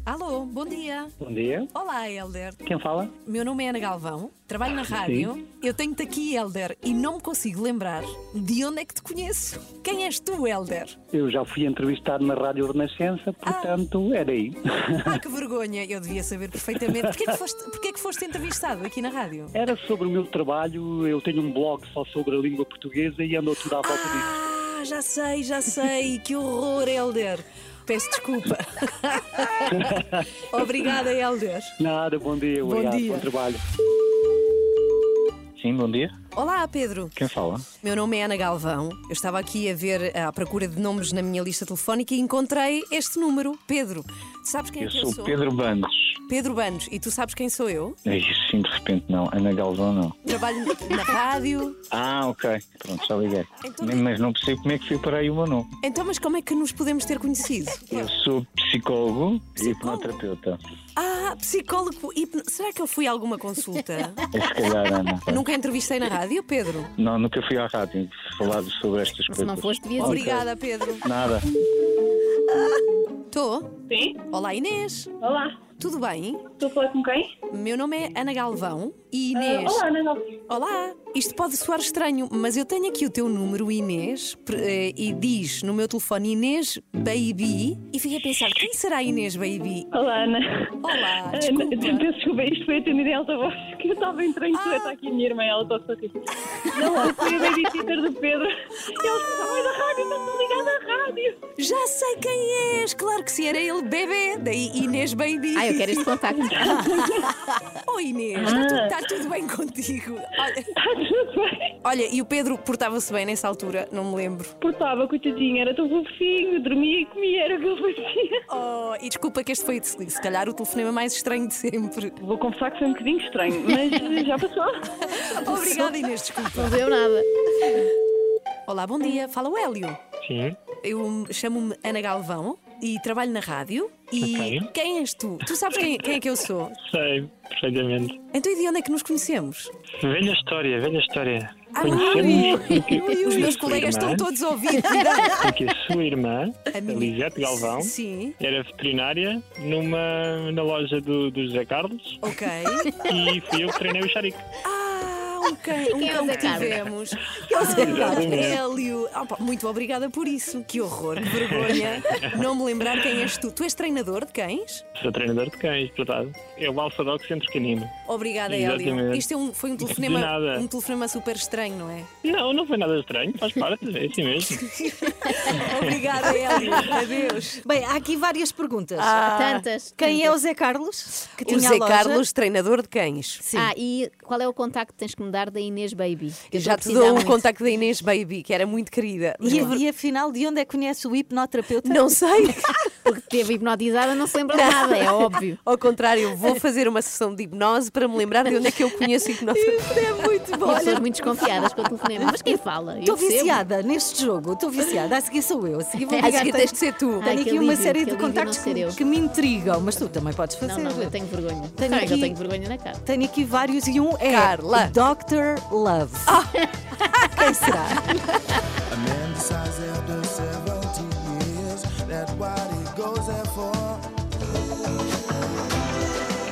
S15: Alô, bom dia.
S16: Bom dia.
S15: Olá, Helder.
S16: Quem fala?
S15: Meu nome é Ana Galvão, trabalho na
S16: Sim.
S15: rádio. Eu tenho-te aqui, Helder, e não me consigo lembrar de onde é que te conheço. Quem és tu, Helder?
S16: Eu já fui entrevistado na Rádio Renascença, portanto, é daí.
S15: Ah, que vergonha, eu devia saber perfeitamente. Porquê que foste, porquê que foste entrevistado aqui na rádio?
S16: Era sobre o meu trabalho, eu tenho um blog só sobre a língua portuguesa e ando tudo à volta disso.
S15: Ah, já sei, já sei, que horror, Helder. Peço desculpa. Obrigada, Helder.
S16: Nada, bom dia,
S15: Bom
S16: obrigado,
S15: dia.
S16: bom trabalho. Sim, bom dia.
S3: Olá, Pedro.
S16: Quem fala?
S3: Meu nome é Ana Galvão. Eu estava aqui a ver eh, à procura de nomes na minha lista telefónica e encontrei este número, Pedro. Sabes quem é
S17: Eu
S3: que eu
S17: sou
S3: sou?
S17: o Pedro Bandes.
S3: Pedro Banos. E tu sabes quem sou eu?
S17: É isso, sim, de repente não. Ana Galvão não.
S3: Trabalho na rádio.
S17: Ah, ok. Pronto, já liguei.
S3: Então-
S17: Nem- Mas não percebo como é que fui para aí o meu nome.
S3: Então, mas como é que nos podemos ter conhecido?
S17: Eu sou psicólogo, e hipnoterapeuta.
S3: Ah, psicólogo. hipno- Será que eu fui a alguma consulta?
S17: É se calhar, Ana.
S3: Nunca entrevistei na rádio, Pedro?
S17: Não, nunca fui à rádio falar sobre estas coisas. Ok.
S3: Obrigada, Pedro.
S17: Nada.
S3: Estou? Sim. Olá, Inês. Olá. Tudo bem? Estou a falar com quem? Meu nome é Ana Galvão e Inês.
S18: olá, Ana
S3: Galvão. Olá. Isto pode soar estranho, mas eu tenho aqui o teu número, Inês, pre- eh, e diz no meu telefone Inês Baby, e fiquei a pensar, quem será Inês Baby?
S18: Olá, Ana.
S3: Olá,
S18: Ana,
S3: desculpa.
S18: Peço desculpa, isto foi atendido em alta voz, que eu estava em trem ah. está aqui a minha irmã, ela está a sorrir. Não, foi a babysitter do Pedro. E ela disse, "Ai, da rádio, está-se ligada à rádio.
S3: Já sei quem és, claro que se era ele, bebê, daí Inês Baby.
S8: Ah, eu quero este contacto.
S3: Oh Inês,
S8: Ah.
S3: está tudo, está tudo bem contigo? Olha, Olha, e o Pedro portava-se bem nessa altura, não me lembro.
S18: Portava, coitadinho, era tão fofinho, dormia e comia, era o que ele fazia.
S3: Oh, e desculpa que este foi o deslize, se calhar o telefonema mais estranho de sempre.
S18: Vou confessar que foi um bocadinho estranho, mas eh, já
S3: passou. Obrigada Inês, desculpa.
S8: Não deu nada.
S3: Olá, bom dia, fala o Hélio.
S19: Sim.
S3: Eu chamo-me Ana Galvão e trabalho na rádio. E
S19: Ok.
S3: quem és tu? Tu sabes quem, quem é que eu sou?
S19: Sei, perfeitamente.
S3: Então e de onde é que nos conhecemos?
S19: Velha história, velha história.
S3: Ah,
S19: Conhecemos
S3: ui, ui, os
S19: Sua
S3: meus colegas
S19: irmã,
S3: estão todos a ouvir, cuidado.
S19: Porque a sua irmã, a,
S3: A minha-
S19: Lisete Galvão,
S3: Sim.
S19: era veterinária numa, na loja do, do José Carlos
S3: Ok.
S19: e fui eu que treinei o Xarique.
S3: Ah, um cão, um
S8: Quem é o
S3: cão
S8: Zé
S3: que
S8: Carlos?
S3: tivemos.
S19: é o Zé
S3: Ah,
S19: Carlos?
S3: Hélio. Ah, pá, muito obrigada por isso. Que horror, que vergonha. Não me lembrar quem és tu. Tu és treinador de cães?
S19: Sou treinador de cães, verdade. É o Alçadoc Centro Canino.
S3: Obrigada,
S19: Exatamente.
S3: Hélio. Isto é um- foi um
S19: De
S3: telefonema,
S19: nada.
S3: um telefonema super estranho, não é?
S19: Não, não foi nada estranho, faz parte, é assim mesmo.
S3: Obrigada, Hélio. Adeus.
S2: Bem, há aqui várias perguntas.
S3: Ah.
S8: Tantas,
S2: Quem
S8: tantas.
S2: é o Zé Carlos? Que
S3: O
S2: tinha a
S3: Zé
S2: loja?
S3: Carlos, treinador de cães.
S8: Ah, e qual é o contacto que tens que me dar da Inês Baby? Eu
S3: Já
S8: estou
S3: te
S8: a
S3: dou um o
S8: precisar muito.
S3: contacto da Inês Baby, que era muito querida.
S2: E, e afinal, de onde é que conhece o hipnoterapeuta?
S3: Não sei.
S8: Porque teve hipnotizada, não se lembra de nada, é óbvio.
S3: Ao contrário, vou fazer uma sessão de hipnose para me lembrar de onde é que eu conheço hipnose.
S2: Isto é muito
S8: E
S2: bom. é
S8: pessoas muito desconfiadas para o telefonema. Mas quem fala? Eu
S2: Estou
S8: percebo.
S2: viciada neste jogo, estou viciada. A seguir sou eu. A seguir, vou
S8: A
S2: ligar.
S8: seguir
S2: Tenho-
S8: tens de ser tu. Ai,
S2: Tenho
S8: que
S2: aqui uma
S8: alívio,
S2: série
S8: que
S2: de
S8: alívio não
S2: contactos
S8: ser eu.
S2: que, que me intrigam, mas tu também podes fazer.
S8: Não, não, eu tenho vergonha.
S2: Tenho
S8: Sabe que eu
S2: aqui-
S8: tenho vergonha na cara.
S2: Tenho aqui vários e um é
S8: Carla.
S2: Dr. Love. Quem será?
S4: A man decides after 70 years that's what he goes there for.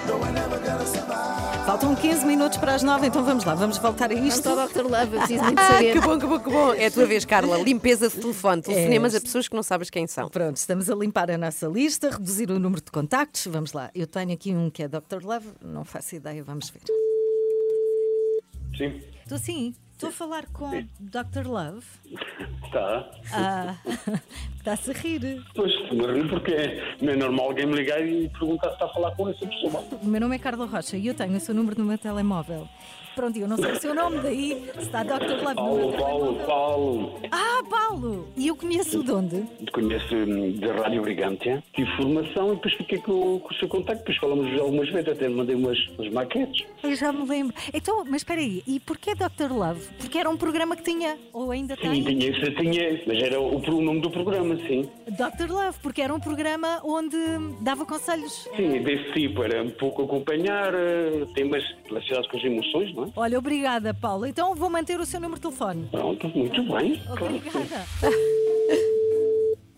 S4: No, we're never gonna survive.
S2: Faltam 15 minutos para as 9, então vamos lá, vamos voltar a isto.
S8: Vamos ao Dr. Love, eu preciso muito
S3: Ah,
S8: saber.
S3: que bom, que bom, que bom. É a tua vez, Carla. Limpeza de
S8: É.
S3: telefone. Telefonemas a pessoas que não sabes quem são.
S2: Pronto, estamos a limpar a nossa lista, reduzir o número de contactos. Vamos lá, eu tenho aqui um que é Dr. Love, não faço ideia, vamos ver.
S20: Sim, Tá.
S2: Estou sim, estou a falar com Dr. Love.
S20: está.
S2: Ah, está-se a rir.
S20: Pois, me rio porque é, não é normal alguém me ligar e perguntar se está a falar com essa pessoa.
S2: O meu nome é Carla Rocha e eu tenho o seu número no meu telemóvel. Pronto, eu não sei o seu nome, daí está Dr. Love no meu
S20: Paulo, Paulo,
S2: telemóvel.
S20: Paulo.
S2: Ah, Paulo! E eu conheço o de onde?
S20: Te conheço hum, da Rádio Brigantia. Tive formação e depois fiquei com, com É o seu contacto. Depois falamos algumas vezes, até mandei umas, umas maquetes.
S2: Eu já me lembro. Então, mas espera aí, e porquê Dr. Love? Porque era um programa que tinha, ou ainda
S20: Sim,
S2: tem,
S20: tinha, isso eu tinha, mas era o, o nome do programa, sim.
S2: Dr. Love, porque era um programa onde dava conselhos.
S20: Sim, desse tipo, era um pouco acompanhar eh, temas relacionados com as emoções, não é?
S2: Olha, obrigada, Paula. Então vou manter o seu número de telefone.
S20: Pronto, muito bem. claro que sim.
S2: Obrigada.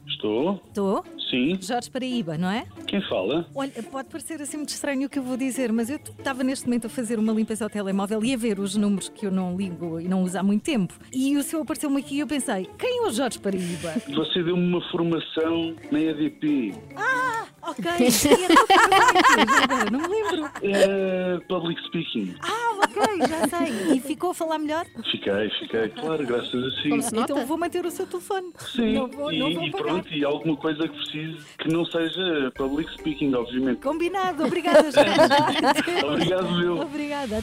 S17: Estou?
S2: Estou?
S17: Sim.
S2: Jorge Paraíba, não é?
S17: Quem fala?
S2: Olha, pode parecer assim muito estranho o que eu vou dizer, mas eu estava neste momento a fazer uma limpeza ao telemóvel e a ver os números que eu não ligo e não uso há muito tempo. E o seu apareceu-me aqui e eu pensei, quem é o Jorge Paraíba?
S17: Você deu-me uma formação na EDP.
S2: ah, ok. E então foi isso, agora não me lembro.
S17: Eh, public speaking.
S2: Ah, ok, já sei. E ficou a falar melhor?
S17: Fiquei, fiquei, claro, graças a si.
S2: Então vou manter o seu telefone.
S17: Sim,
S2: Não vou,
S17: e,
S2: não vou
S17: e
S2: pagar.
S17: pronto, e alguma coisa que precise que não seja public speaking, obviamente.
S2: Combinado, obrigada, Jorge.
S17: Obrigado, meu.
S2: Obrigada.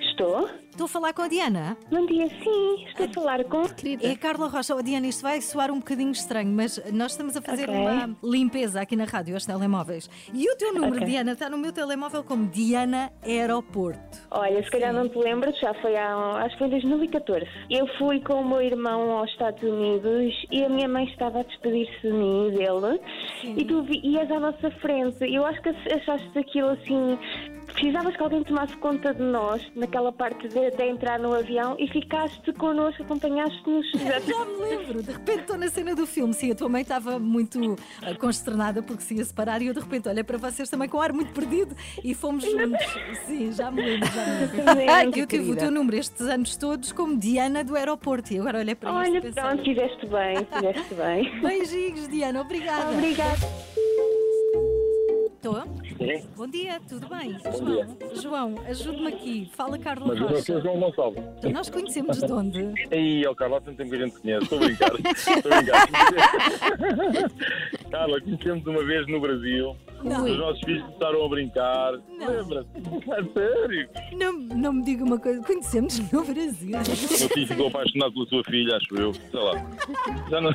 S21: Estou?
S2: Estou a falar com a Diana?
S21: Bom dia, sim. Estou a falar com.
S2: É a Carla Rocha. Oh, Diana, isto vai soar um bocadinho estranho, mas nós estamos a fazer
S21: Ok.
S2: uma limpeza aqui na rádio aos telemóveis. E o teu número,
S21: Ok.
S2: Diana, está no meu telemóvel como Diana Aeroporto.
S21: Olha, se calhar não te lembras, já foi há, acho que foi em 2014. Eu fui com o meu irmão aos Estados Unidos e a minha mãe estava a despedir-se de mim e dele. E tu vi, ias à nossa frente. Eu acho que achaste aquilo assim. Precisavas que alguém tomasse conta de nós naquela parte de, de entrar no avião e ficaste connosco, acompanhaste-nos.
S2: Já me lembro, de repente estou na cena do filme. Sim, a tua mãe estava muito ah, consternada porque se ia separar e eu de repente olha para vocês também com ar muito perdido e fomos juntos. Sim, já me lembro. Já me lembro.
S21: Sim,
S2: Ah, que eu tive o
S21: querida.
S2: teu número estes anos todos como Diana do aeroporto e agora olhei para isto
S21: Olha,
S2: e pensei,
S21: pronto, fizeste bem, fizeste bem.
S2: Beijinhos, Diana, obrigada.
S21: Obrigada.
S2: Estou?
S22: Sim.
S2: Bom dia, tudo bem?
S22: dia.
S2: João, João ajude-me aqui. Fala, Carla
S22: Mas eu sou o
S2: Rocha.
S22: João Gonçalves.
S2: Nós conhecemos de onde?
S22: Ei, ó, Carla, há tanto tempo que a gente conhece. Estou a brincar. Estou a brincar. Carla, conhecemos uma vez no Brasil.
S2: Não.
S22: Os nossos filhos começaram a brincar. Lembra-se? A sério?
S2: Não, não me diga uma coisa, conhecemos no Brasil.
S22: O meu filho ficou apaixonado pela sua filha, acho eu. Sei lá. Já não...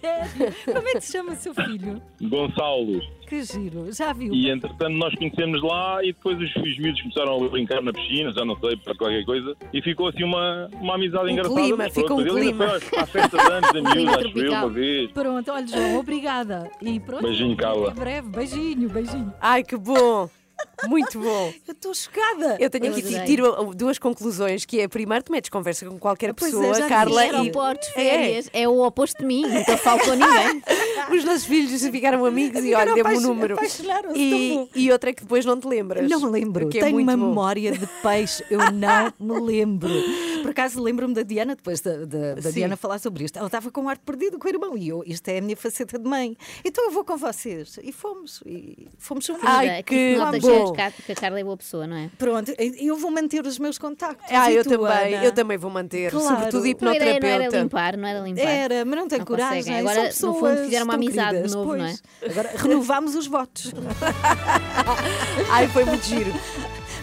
S2: Sério? Como é que se chama o seu filho?
S22: Gonçalo.
S2: Que giro, já viu?
S22: E entretanto nós conhecemos lá e depois os, os miúdos começaram a brincar na piscina, já não sei, para qualquer coisa, e ficou assim uma, uma amizade
S2: Um
S22: engraçada.
S2: clima,
S22: mas pronto,
S2: ficou um
S22: mas ele ainda
S2: clima.
S22: foi à- à festa de anos da
S2: Um clima
S22: miúda, acho eu,
S2: tropical.
S22: uma vez.
S2: Pronto, olha, João, obrigada. E pronto.
S22: Beijinho, Carla.
S2: Até breve, beijinho, beijinho.
S3: Ai, que bom! Muito bom.
S2: Eu estou chocada.
S3: Eu tenho aqui
S2: adorei.
S3: tiro duas conclusões, que é primeiro tu metes conversa com qualquer
S8: Pois é,
S3: pessoa,
S8: já vi.
S3: Carla
S8: Aeroportos,
S3: e
S8: férias, é. o oposto de mim, nunca faltou ninguém.
S3: Os nossos filhos ficaram amigos e
S8: Ficaram
S3: olha, deu-me o
S8: apaixon-
S3: número.
S8: apaixonaram-se, tão
S3: E,
S8: bom.
S3: e outra é que depois não te lembras.
S2: Não me lembro.
S3: porque é
S2: Tenho
S3: muito
S2: uma
S3: bom.
S2: memória de peixe. Eu não me lembro. Por acaso lembro-me da Diana, depois da, da- da
S3: Sim.
S2: Diana falar sobre isto. Ela estava com um ar perdido com o irmão e eu, isto é a minha faceta de mãe. Então eu vou com vocês. E fomos. E fomos juntos.
S8: Ai, é, tipo, que notas bom. que a Carla é boa pessoa, não é?
S2: Pronto, eu vou manter os meus contactos.
S3: Ah,
S2: E
S3: eu
S2: tu,
S3: também,
S2: Ana?
S3: eu também vou manter,
S2: Claro.
S3: sobretudo
S8: Então a ideia
S3: hipnoterapeuta.
S8: não era limpar, não era limpar.
S2: Era, mas não tem
S8: Não
S2: coragem.
S8: conseguem. Agora,
S2: são
S8: no
S2: pessoas
S8: fundo, fizeram uma
S2: tão
S8: amizade de
S2: queridas,
S8: novo, não é?
S2: pois. Agora renovámos os votos.
S3: Ai, foi muito giro.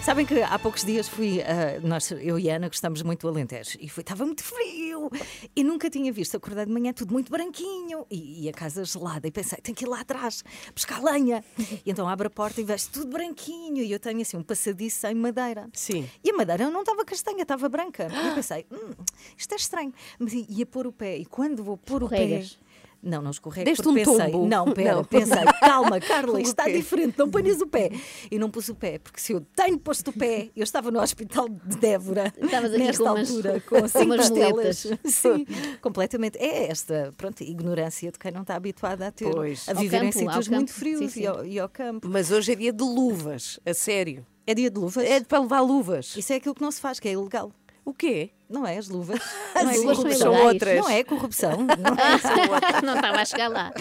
S2: Sabem que há poucos dias fui, ah, nós, eu e a Ana gostamos muito do Alentejo e foi, estava muito frio e nunca tinha visto acordar de manhã tudo muito branquinho e, e a casa gelada e pensei, tenho que ir lá atrás buscar lenha. E então abro a porta e vejo tudo branquinho e eu tenho assim um passadiço em madeira.
S3: Sim.
S2: E a madeira não estava castanha, estava branca. E eu pensei, hum, isto é estranho. Mas i- ia pôr o pé e quando vou pôr o pé...
S8: Escorregas.
S2: Não, não escorrega.
S3: Deste
S2: é porque
S3: um
S2: pensei,
S3: tombo.
S2: Não, pera,
S3: Não.
S2: pensei, calma, Carla, isto
S3: O
S2: está
S3: quê?
S2: diferente, não ponhas o pé. E não pus o pé, porque se eu tenho posto o pé, eu estava no hospital de Débora,
S8: Estavas aqui
S2: nesta
S8: com umas-
S2: altura,
S8: com
S2: com cinco
S8: umas
S2: estelas.
S8: muletas.
S2: Sim, completamente. É esta, pronto, ignorância de quem não está habituada a ter,
S3: Pois.
S2: a
S3: Ao
S2: viver em
S3: campo, ao
S2: sítios muito
S3: campo. Sim,
S2: frios
S3: sim.
S2: E, ao, e ao campo.
S3: Mas hoje é dia de luvas, a sério.
S2: É dia de luvas?
S3: É para levar luvas.
S2: Isso é aquilo que não se faz, que é ilegal.
S3: O quê?
S2: Não é as luvas.
S3: As
S2: não é
S3: luvas são
S2: corrupção.
S3: ilegais. outras.
S2: Não é corrupção. Não é.
S8: não estava a chegar lá.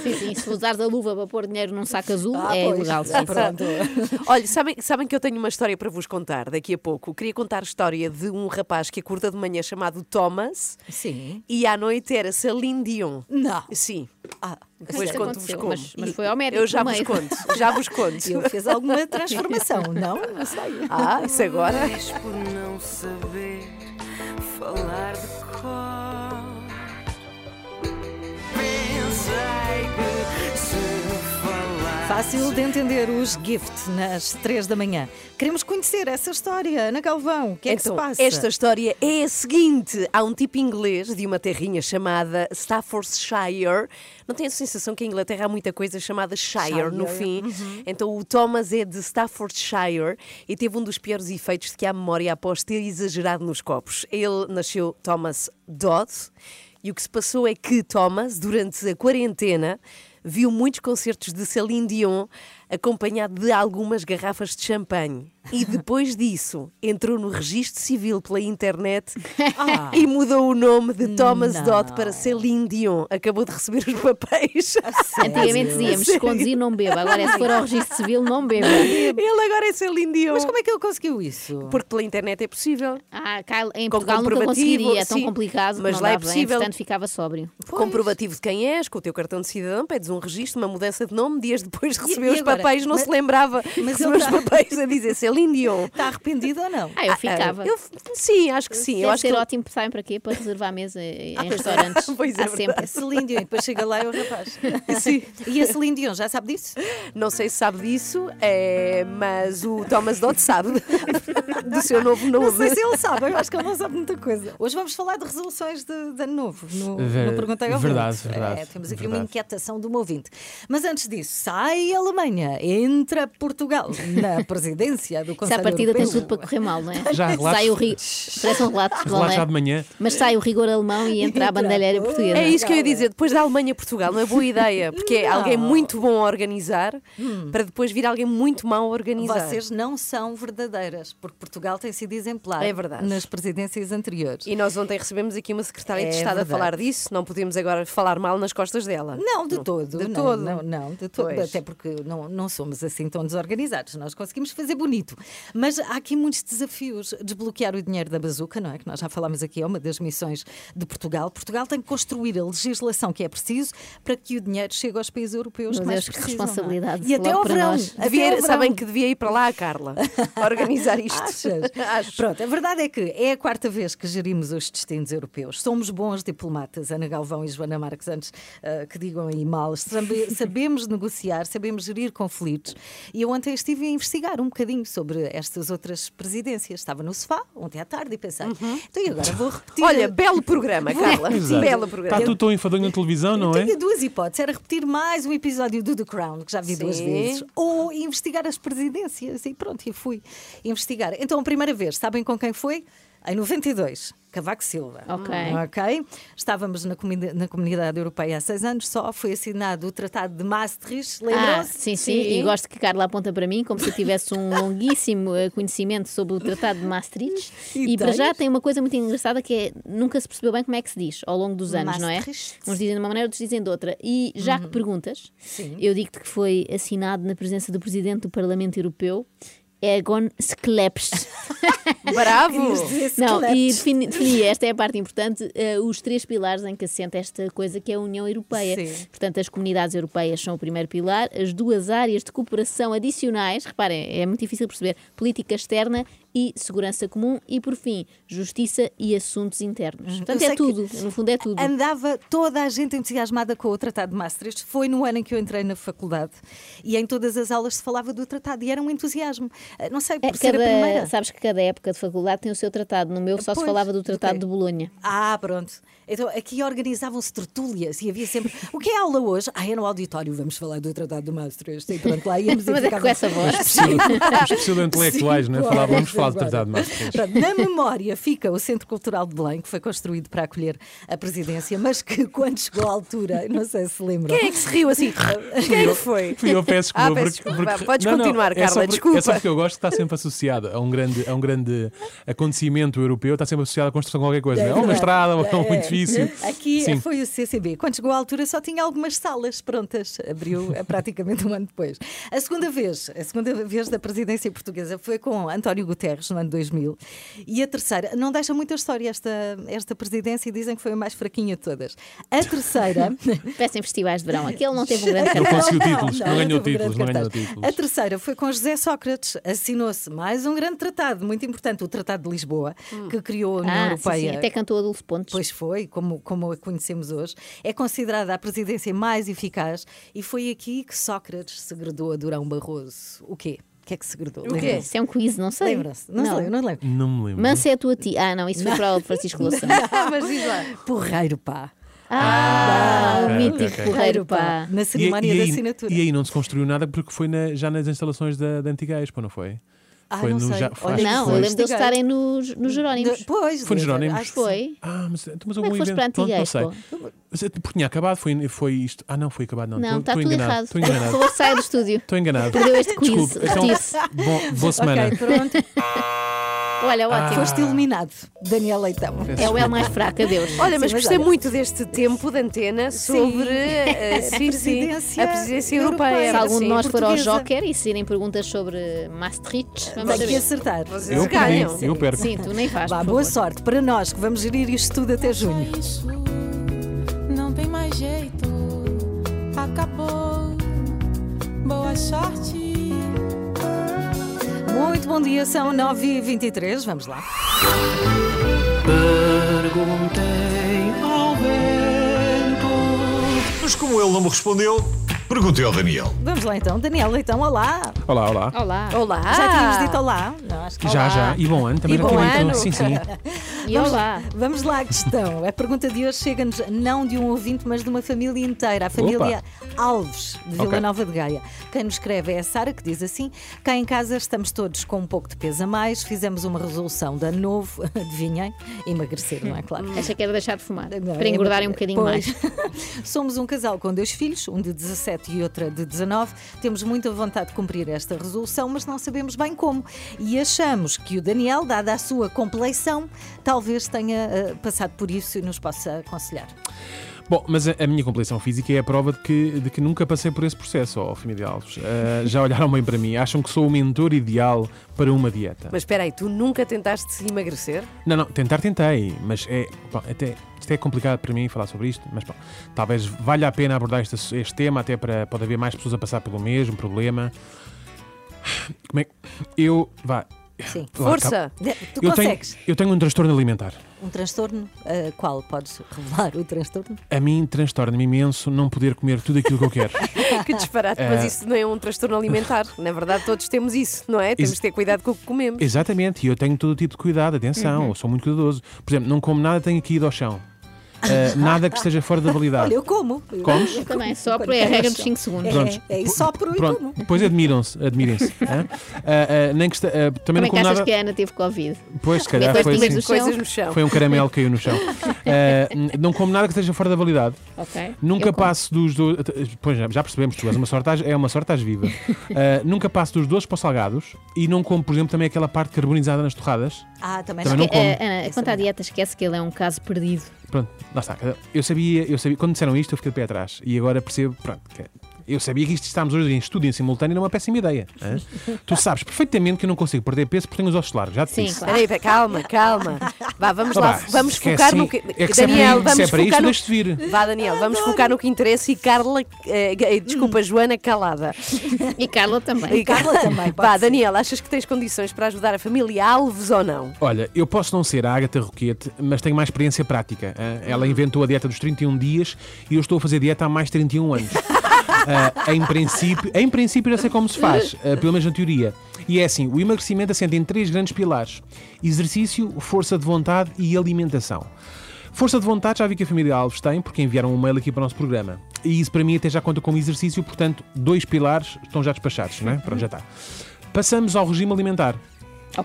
S8: Sim, sim, se usares a luva para pôr dinheiro num saco azul,
S3: Ah,
S8: é
S3: pois.
S8: ilegal. Sim,
S3: Ah,
S8: sim.
S3: pronto. Olha, sabem, sabem que eu tenho uma história para vos contar daqui a pouco. Queria contar a história de um rapaz que acorda de manhã chamado Thomas
S2: Sim.
S3: e à noite era Celine Dion.
S2: Não.
S3: Sim.
S2: Ah,
S3: Depois
S8: isso
S3: conto-vos
S8: aconteceu,
S3: como.
S8: mas- mas
S3: E-
S8: foi ao médico
S3: Eu já
S8: no
S3: vos
S8: meio.
S3: conto. Já vos conto.
S2: Ele fez alguma transformação, não? Não sei.
S3: Ah, isso agora.
S5: Talvez por não saber falar de cor. Pensei que se falar.
S2: Fácil de entender os gift nas 3 da manhã. Queremos conhecer essa história, Ana Galvão. O que é
S3: então,
S2: que se passa?
S3: Esta história é a seguinte: há um tipo inglês de uma terrinha chamada Staffordshire. Não tem a sensação que em Inglaterra há muita coisa chamada Shire, no
S2: Shire.
S3: fim.
S2: Uhum.
S3: Então o Thomas é de Staffordshire e teve um dos piores efeitos de que há memória após ter exagerado nos copos. Ele nasceu Thomas Dodd e o que se passou é que Thomas, durante a quarentena, viu muitos concertos de Celine Dion acompanhado de algumas garrafas de champanhe. E depois disso, entrou no registro civil pela internet
S2: Ah.
S3: e mudou o nome de Thomas
S8: Não.
S3: Dodd para Celine Dion. Acabou de receber os papéis. A
S8: Antigamente dizíamos
S3: sério.
S8: conduzir não beba, agora é se for ao registro civil não beba.
S3: Ele agora é Celine Dion. Mas como
S2: é que ele conseguiu isso?
S3: Porque pela internet é possível.
S8: Ah, cá em
S3: Com
S8: Portugal nunca
S3: comprovativo,
S8: conseguiria, é tão
S3: sim.
S8: complicado que
S3: Mas
S8: não
S3: lá é
S8: dava,
S3: possível.
S8: Portanto, ficava sóbrio.
S3: Comprovativo de quem és, com o teu cartão de cidadão, pedes um registro, uma mudança de nome, dias depois recebeu
S2: e
S3: os
S2: agora?
S3: papéis, não
S2: Mas-
S3: se lembrava.
S2: mas
S3: recebeu
S2: ele
S3: os
S2: tá-
S3: papéis a dizer Celine Dion.
S2: Está arrependido ou não?
S8: Ah, eu ficava.
S3: eu- sim, acho que sim.
S8: Deve
S3: eu acho
S8: ser
S3: que ele-
S8: ótimo, sabem para quê? Para reservar a mesa em
S2: Ah, pois é.
S8: restaurantes.
S3: Pois é,
S8: Há sempre.
S3: verdade.
S2: Celine Dion, e depois chega lá e é o rapaz.
S3: Sim.
S2: E a Celine Dion já sabe disso?
S3: Não sei se sabe disso, é, mas o Thomas Dodd sabe do seu novo nome.
S2: Não sei se ele sabe, eu acho que ele não sabe muita coisa. Hoje vamos falar de resoluções de, de ano novo. No,
S7: Ver-
S2: no Perguntei ao
S7: verdade,
S2: Ouvinte.
S7: verdade,
S2: É, temos aqui uma
S7: verdade.
S2: inquietação do meu ouvinte. Mas antes disso, sai a Alemanha, entra Portugal na presidência do
S8: Se
S2: Conselho
S8: à partida tem
S2: Europeu.
S8: tudo para correr mal, não é?
S7: Já relatos-
S8: Sai o ri... Parece um relato
S7: Relatos já de manhã.
S8: Mas sai o rigor alemão e entra a bandalheira portuguesa.
S3: É isso que eu ia dizer. Depois da Alemanha-Portugal, não é boa ideia, porque é
S8: Não.
S3: alguém muito bom a organizar para depois vir alguém muito mau a organizar.
S2: Hum. Vocês não são verdadeiras, porque Portugal tem sido exemplar
S3: É verdade.
S2: nas presidências anteriores.
S3: E nós ontem recebemos aqui uma secretária
S2: É
S3: de Estado
S2: verdade.
S3: a falar disso, não podemos agora falar mal nas costas dela.
S2: Não, de todo.
S3: De
S2: não, é?
S3: todo.
S2: Não, não, de todo.
S3: Pois.
S2: Até porque não, não somos assim tão desorganizados. Nós conseguimos fazer bonito. Mas há aqui muitos desafios. Desbloquear o dinheiro da bazuca, não é? Que nós já falámos aqui, é uma das missões de Portugal. Portugal tem que construir a legislação que é preciso para que o dinheiro chegue aos países europeus
S8: Meu
S2: mais
S8: Deus, que
S2: precisam, não é?
S8: responsabilidade
S2: E até
S8: logo
S2: ao
S8: para
S2: verão.
S8: nós.
S2: até
S3: Devia
S2: ao
S3: ir-
S2: verão.
S3: sabem que devia ir para lá a Carla a organizar isto.
S2: Achas? Pronto, a verdade é que é a quarta vez que gerimos os destinos europeus. Somos bons diplomatas, Ana Galvão e Joana Marques, antes ah, que digam aí mal. Sabe- sabemos negociar, sabemos gerir conflitos. E eu ontem estive a investigar um bocadinho sobre estas outras presidências. Estava no sofá, ontem à tarde, e pensei, então e agora vou repetir.
S3: Olha, belo programa,
S2: Vou
S3: Carla.
S2: repetir.
S3: Exato. Belo programa.
S7: Está tudo tão enfadonho na televisão, não é?
S2: Tinha duas hipóteses. Era repetir mais um episódio do The Crown, que já vi duas
S7: Sim.
S2: vezes, ou investigar as presidências. E pronto, e fui investigar. Então, a primeira vez, sabem com quem foi? Em 92, Cavaco Silva. Hum.
S8: Ok.
S2: Ok. Estávamos na, comuni- na comunidade europeia há seis anos só, foi assinado o Tratado de Maastricht,
S8: Ah,
S2: lembram-se?
S8: sim, sim, e gosto que Carla aponta para mim como se eu tivesse um longuíssimo eh, conhecimento sobre o Tratado de Maastricht.
S2: E
S8: E, para já
S2: tens?
S8: tem uma coisa muito engraçada que é nunca se percebeu bem como é que se diz ao longo dos anos, não é?
S2: Maastricht. Uhum.
S8: Uns dizem de uma maneira, outros dizem de outra. E já que perguntas, eu digo-te que foi assinado na presença do Presidente do Parlamento Europeu. Egon Sklepsch.
S3: Bravo!
S8: Querias dizer Não, e defini, defini, esta é a parte importante, eh, os três pilares em que assenta esta coisa que é a União Europeia.
S2: Sim.
S8: Portanto, as comunidades europeias são o primeiro pilar, as duas áreas de cooperação adicionais, reparem, é muito difícil perceber, política externa e segurança comum, e por fim, justiça e assuntos internos. Portanto,
S2: Uhum. Eu
S8: é
S2: sei
S8: tudo,
S2: que
S8: no fundo é tudo.
S2: Andava toda a gente entusiasmada com o Tratado de Maastricht. Foi no ano em que eu entrei na faculdade e em todas as aulas se falava do tratado e era um entusiasmo. Eh, Não sei, por
S8: É,
S2: ser a primeira.
S8: cada, sabes que cada época de faculdade tem o seu tratado, no meu só se
S2: Pois,
S8: falava do
S2: do
S8: Tratado
S2: quê?
S8: de Bolonha.
S2: Ah, pronto. Então aqui organizavam-se tertúlias e havia sempre. O que é aula hoje? Ah, é no auditório, vamos falar do Tratado de Maastricht. E pronto, lá íamos e
S8: Mas é
S2: ficávamos-
S8: com essa voz.
S2: Sim.
S7: Os pseudo intelectuais, não é?
S2: Sim,
S7: Falar,
S2: claro,
S7: vamos falar de
S2: agora.
S7: tratado de Maastricht.
S2: Pronto, Na memória fica o Centro Cultural de Belém, que foi construído para acolher a presidência, mas que quando chegou à altura, não sei se lembram.
S3: Quem é que se riu assim? Quem é que foi?
S7: Fui eu, peço desculpa.
S3: Ah, peço
S7: porque-
S3: desculpa.
S7: porque-
S3: Podes
S7: Não, não,
S3: continuar,
S7: é
S3: Carla,
S7: só porque-
S3: desculpa.
S7: É só porque eu gosto que está sempre associado a um grande, a um grande acontecimento europeu, está sempre associado à construção de qualquer coisa.
S2: É
S7: não é? Ou uma
S2: verdade.
S7: estrada, ou um
S2: É.
S7: edifício.
S2: Aqui eh,
S7: Sim.
S2: foi o CCB. Quando chegou à altura só tinha algumas salas prontas. Abriu eh, praticamente um ano depois. A segunda vez, a segunda vez da presidência portuguesa foi com António Guterres. Ferros, no ano 2000. E a terceira, não deixa muita história esta, esta presidência e dizem que foi a mais fraquinha de todas. A terceira.
S8: Parecem festivais de verão. Aquele não teve um grande
S7: Não
S8: cartaz.
S7: conseguiu títulos, não,
S2: não,
S7: ganhou
S2: teve um
S7: títulos, não
S2: grande
S7: ganhou
S2: cartaz.
S7: títulos.
S2: A terceira foi com José Sócrates. Assinou-se mais um grande tratado, muito importante, o Tratado de Lisboa, que criou a União
S8: Ah, sim,
S2: Europeia.
S8: sim, até cantou Adolfo Pontes.
S2: Pois foi, como, como a conhecemos hoje. É considerada a presidência mais eficaz e foi aqui que Sócrates segredou a Durão Barroso. O quê? O que é que segredou?
S8: O quê? Isso é um quiz, não sei.
S2: Lembra-se? Não,
S8: Não.
S2: se lembra, não lembro.
S7: Não me lembro.
S8: Mansa é a tua tia. Ah, não, isso foi
S2: Não.
S8: para o Francisco Louçã.
S2: mas diz lá. Ah, Porreiro pá.
S8: Ah,
S7: ok,
S8: o mítico
S7: ok.
S8: Porreiro pá.
S2: Na cerimónia
S7: e, e
S2: da
S7: aí,
S2: assinatura.
S7: E aí não se construiu nada porque foi na- já nas instalações da, da antiga Expo, não foi?
S2: Ah,
S7: foi
S2: não sei.
S7: já- foi-
S2: Olha,
S7: acho que
S8: Não,
S7: foi.
S8: eu lembro de eles estarem nos, nos Jerónimos.
S2: De- pois,
S7: Foi nos Jerónimos?
S8: Acho que foi.
S7: Ah, mas, então, mas
S8: Como é
S7: houve
S8: que
S7: um
S8: foste para a
S7: evento- pronto,
S8: antiga
S7: não sei.
S8: Expo?
S7: Mas, eh, Porque tinha acabado, foi, foi isto. Ah, não, foi acabado, não.
S8: Não,
S7: Estou-
S8: está
S7: estou
S8: tudo
S7: enganado.
S8: errado.
S7: Estou
S8: Por
S7: enganado.
S8: favor, saia do estúdio.
S7: Estou enganado.
S8: Perdeu este quiz.
S7: Desculpe, então,
S8: Retire-se.
S7: bom- boa semana.
S2: Ok, pronto.
S8: Olha,
S7: Ah.
S8: ótimo.
S2: Foste iluminado, Daniel Leitão.
S8: É o El mais fraco, adeus.
S3: Olha, mas
S2: Sim, mas
S3: gostei
S2: olha.
S3: muito deste tempo de antena sobre eh,
S2: A
S3: sim, sim,
S2: presidência
S3: a presidência europeia.
S8: Se algum
S3: sim,
S8: de nós for ao
S3: portuguesa.
S8: Joker e se virem perguntas sobre Maastricht, vamos
S2: Tem que
S8: saber.
S2: acertar.
S8: Vocês Eu perdi, ganham. eu perco. Sim, tu nem faz,
S2: Vá,
S8: por
S2: boa
S8: favor.
S2: sorte para nós que vamos gerir isto tudo até junho.
S6: é Não tem mais jeito, acabou. Boa sorte.
S2: Muito bom dia, são 9h23, vamos lá.
S11: Perguntei ao vento.
S1: Mas como ele não me respondeu, perguntei ao Daniel.
S2: Vamos lá então, Daniel Leitão, olá.
S7: Olá, olá.
S8: Olá.
S2: Olá. Já tínhamos dito olá. Não, acho que
S7: Já,
S2: olá.
S7: já. E bom ano também
S2: E
S7: não
S2: bom
S7: tinha dito.
S2: ano.
S7: Sim, sim.
S8: E olá.
S2: Vamos lá à questão. A pergunta de hoje chega-nos não de um ouvinte, mas de uma família inteira. A família Alves, de Vila
S8: Ok.
S2: Nova de Gaia. Quem nos escreve é a Sara, que diz assim: cá em casa estamos todos com um pouco de peso a mais, fizemos uma resolução de ano novo, adivinhem? Emagrecer, não é claro?
S8: Achei que era deixar de fumar,
S2: Não,
S8: para
S2: é
S8: engordarem um
S2: uma-
S8: bocadinho
S2: Pois.
S8: mais.
S2: Somos um casal com dois filhos, um de 17 e outra de 19. Temos muita vontade de cumprir esta resolução, mas não sabemos bem como. E achamos que o Daniel, dada a sua compleição, talvez tenha eh, passado por isso e nos possa aconselhar.
S7: Bom, mas a, a minha competição física é a prova de que, de que nunca passei por esse processo, ó família Alves. Ah, já olharam bem para mim, acham que sou o mentor ideal para uma dieta.
S3: Mas espera aí, tu nunca tentaste emagrecer?
S7: Não, não, tentar tentei, mas é. pá, até, isto é complicado para mim falar sobre isto, mas pá, talvez valha a pena abordar este, este tema, até para pode haver mais pessoas a passar pelo mesmo problema. Como é que. Eu. Vá.
S2: Sim.
S7: Lá,
S2: Força.
S7: cá-
S2: De- tu
S7: eu tenho,
S2: consegues.
S7: eu tenho um transtorno alimentar.
S2: Um transtorno? eh, qual? Podes revelar o transtorno?
S7: A mim transtorna-me imenso não poder comer tudo aquilo que eu quero.
S3: que disparate,
S7: É.
S3: mas isso não é um transtorno alimentar. Na verdade, todos temos isso, não é? Temos de ter cuidado com o que comemos.
S7: Exatamente, e eu tenho todo tipo de cuidado, atenção,
S3: Uhum.
S7: eu sou muito cuidadoso. Por exemplo, não como nada, tenho aqui ido ao chão. Ah, nada que esteja fora da validade.
S2: Olha, eu como.
S7: Comes?
S8: Eu também, só por- é a regra dos 5 segundos.
S7: Prontos.
S2: É, é só por
S7: Pronto, é, depois admiram-se, admirem-se. hã? Ah, ah, nem que esta- ah, também
S8: Como é
S7: não
S8: que
S7: como
S8: achas
S7: nada.
S8: que a Ana teve Covid?
S7: Pois, se
S8: Comeu
S7: calhar
S8: dois
S7: foi,
S8: pinguins
S7: assim.
S8: do chão. Coisas no chão.
S7: foi um caramelo que caiu no chão. Ah, n- não como nada que esteja fora da validade.
S8: Ok.
S7: Nunca
S8: Eu como.
S7: passo dos dois. Pois já, já percebemos, tu és uma sorte, às- é uma sorte às viva. Ah, nunca passo dos doces para os salgados e não como, por exemplo, também aquela parte carbonizada nas torradas.
S2: Ah, também,
S7: Também não
S8: Esque-
S7: como.
S8: eh, Ana, quanto à dieta, esquece que ele é um caso perdido.
S7: Pronto, lá está. Eu sabia, eu sabia, quando disseram isto, eu fiquei de pé atrás. E agora percebo, pronto, que eu sabia que isto estamos hoje em estúdio em simultâneo era uma péssima ideia. hã? tu sabes perfeitamente que eu não consigo perder peso porque tenho os ossos largos, já te
S3: Sim,
S7: disse.
S3: claro. Peraí, calma, calma. Vá, vamos lá,
S7: Vá,
S3: vamos
S7: se é
S3: focar
S7: assim-
S3: no que.
S7: é que se é para
S3: Daniel,
S7: isto- se
S3: vamos
S7: é para
S3: focar
S7: isto,
S3: no...
S7: deixe-te vir.
S3: Vá, Daniel, vamos focar no que interessa e Carla. eh, eh, desculpa,
S2: Hum.
S3: Joana calada.
S8: E Carla também.
S3: E Carla também. Vá, Daniel, achas que tens condições para ajudar a família Alves ou não?
S7: Olha, eu posso não ser a Agatha Roquete, mas tenho mais experiência prática. hã? Ela inventou a dieta dos 31 dias e eu estou a fazer dieta há mais de 31 anos. Ah, em princípio, em princípio eu sei como se faz, ah, pelo menos na teoria. E é assim, o emagrecimento assenta em três grandes pilares: exercício, força de vontade e alimentação. Força de vontade já vi que a família Alves tem, porque enviaram um mail aqui para o nosso programa. E isso para mim até já conta como exercício, portanto, dois pilares estão já despachados, não é? Pronto, já está. Passamos ao regime alimentar.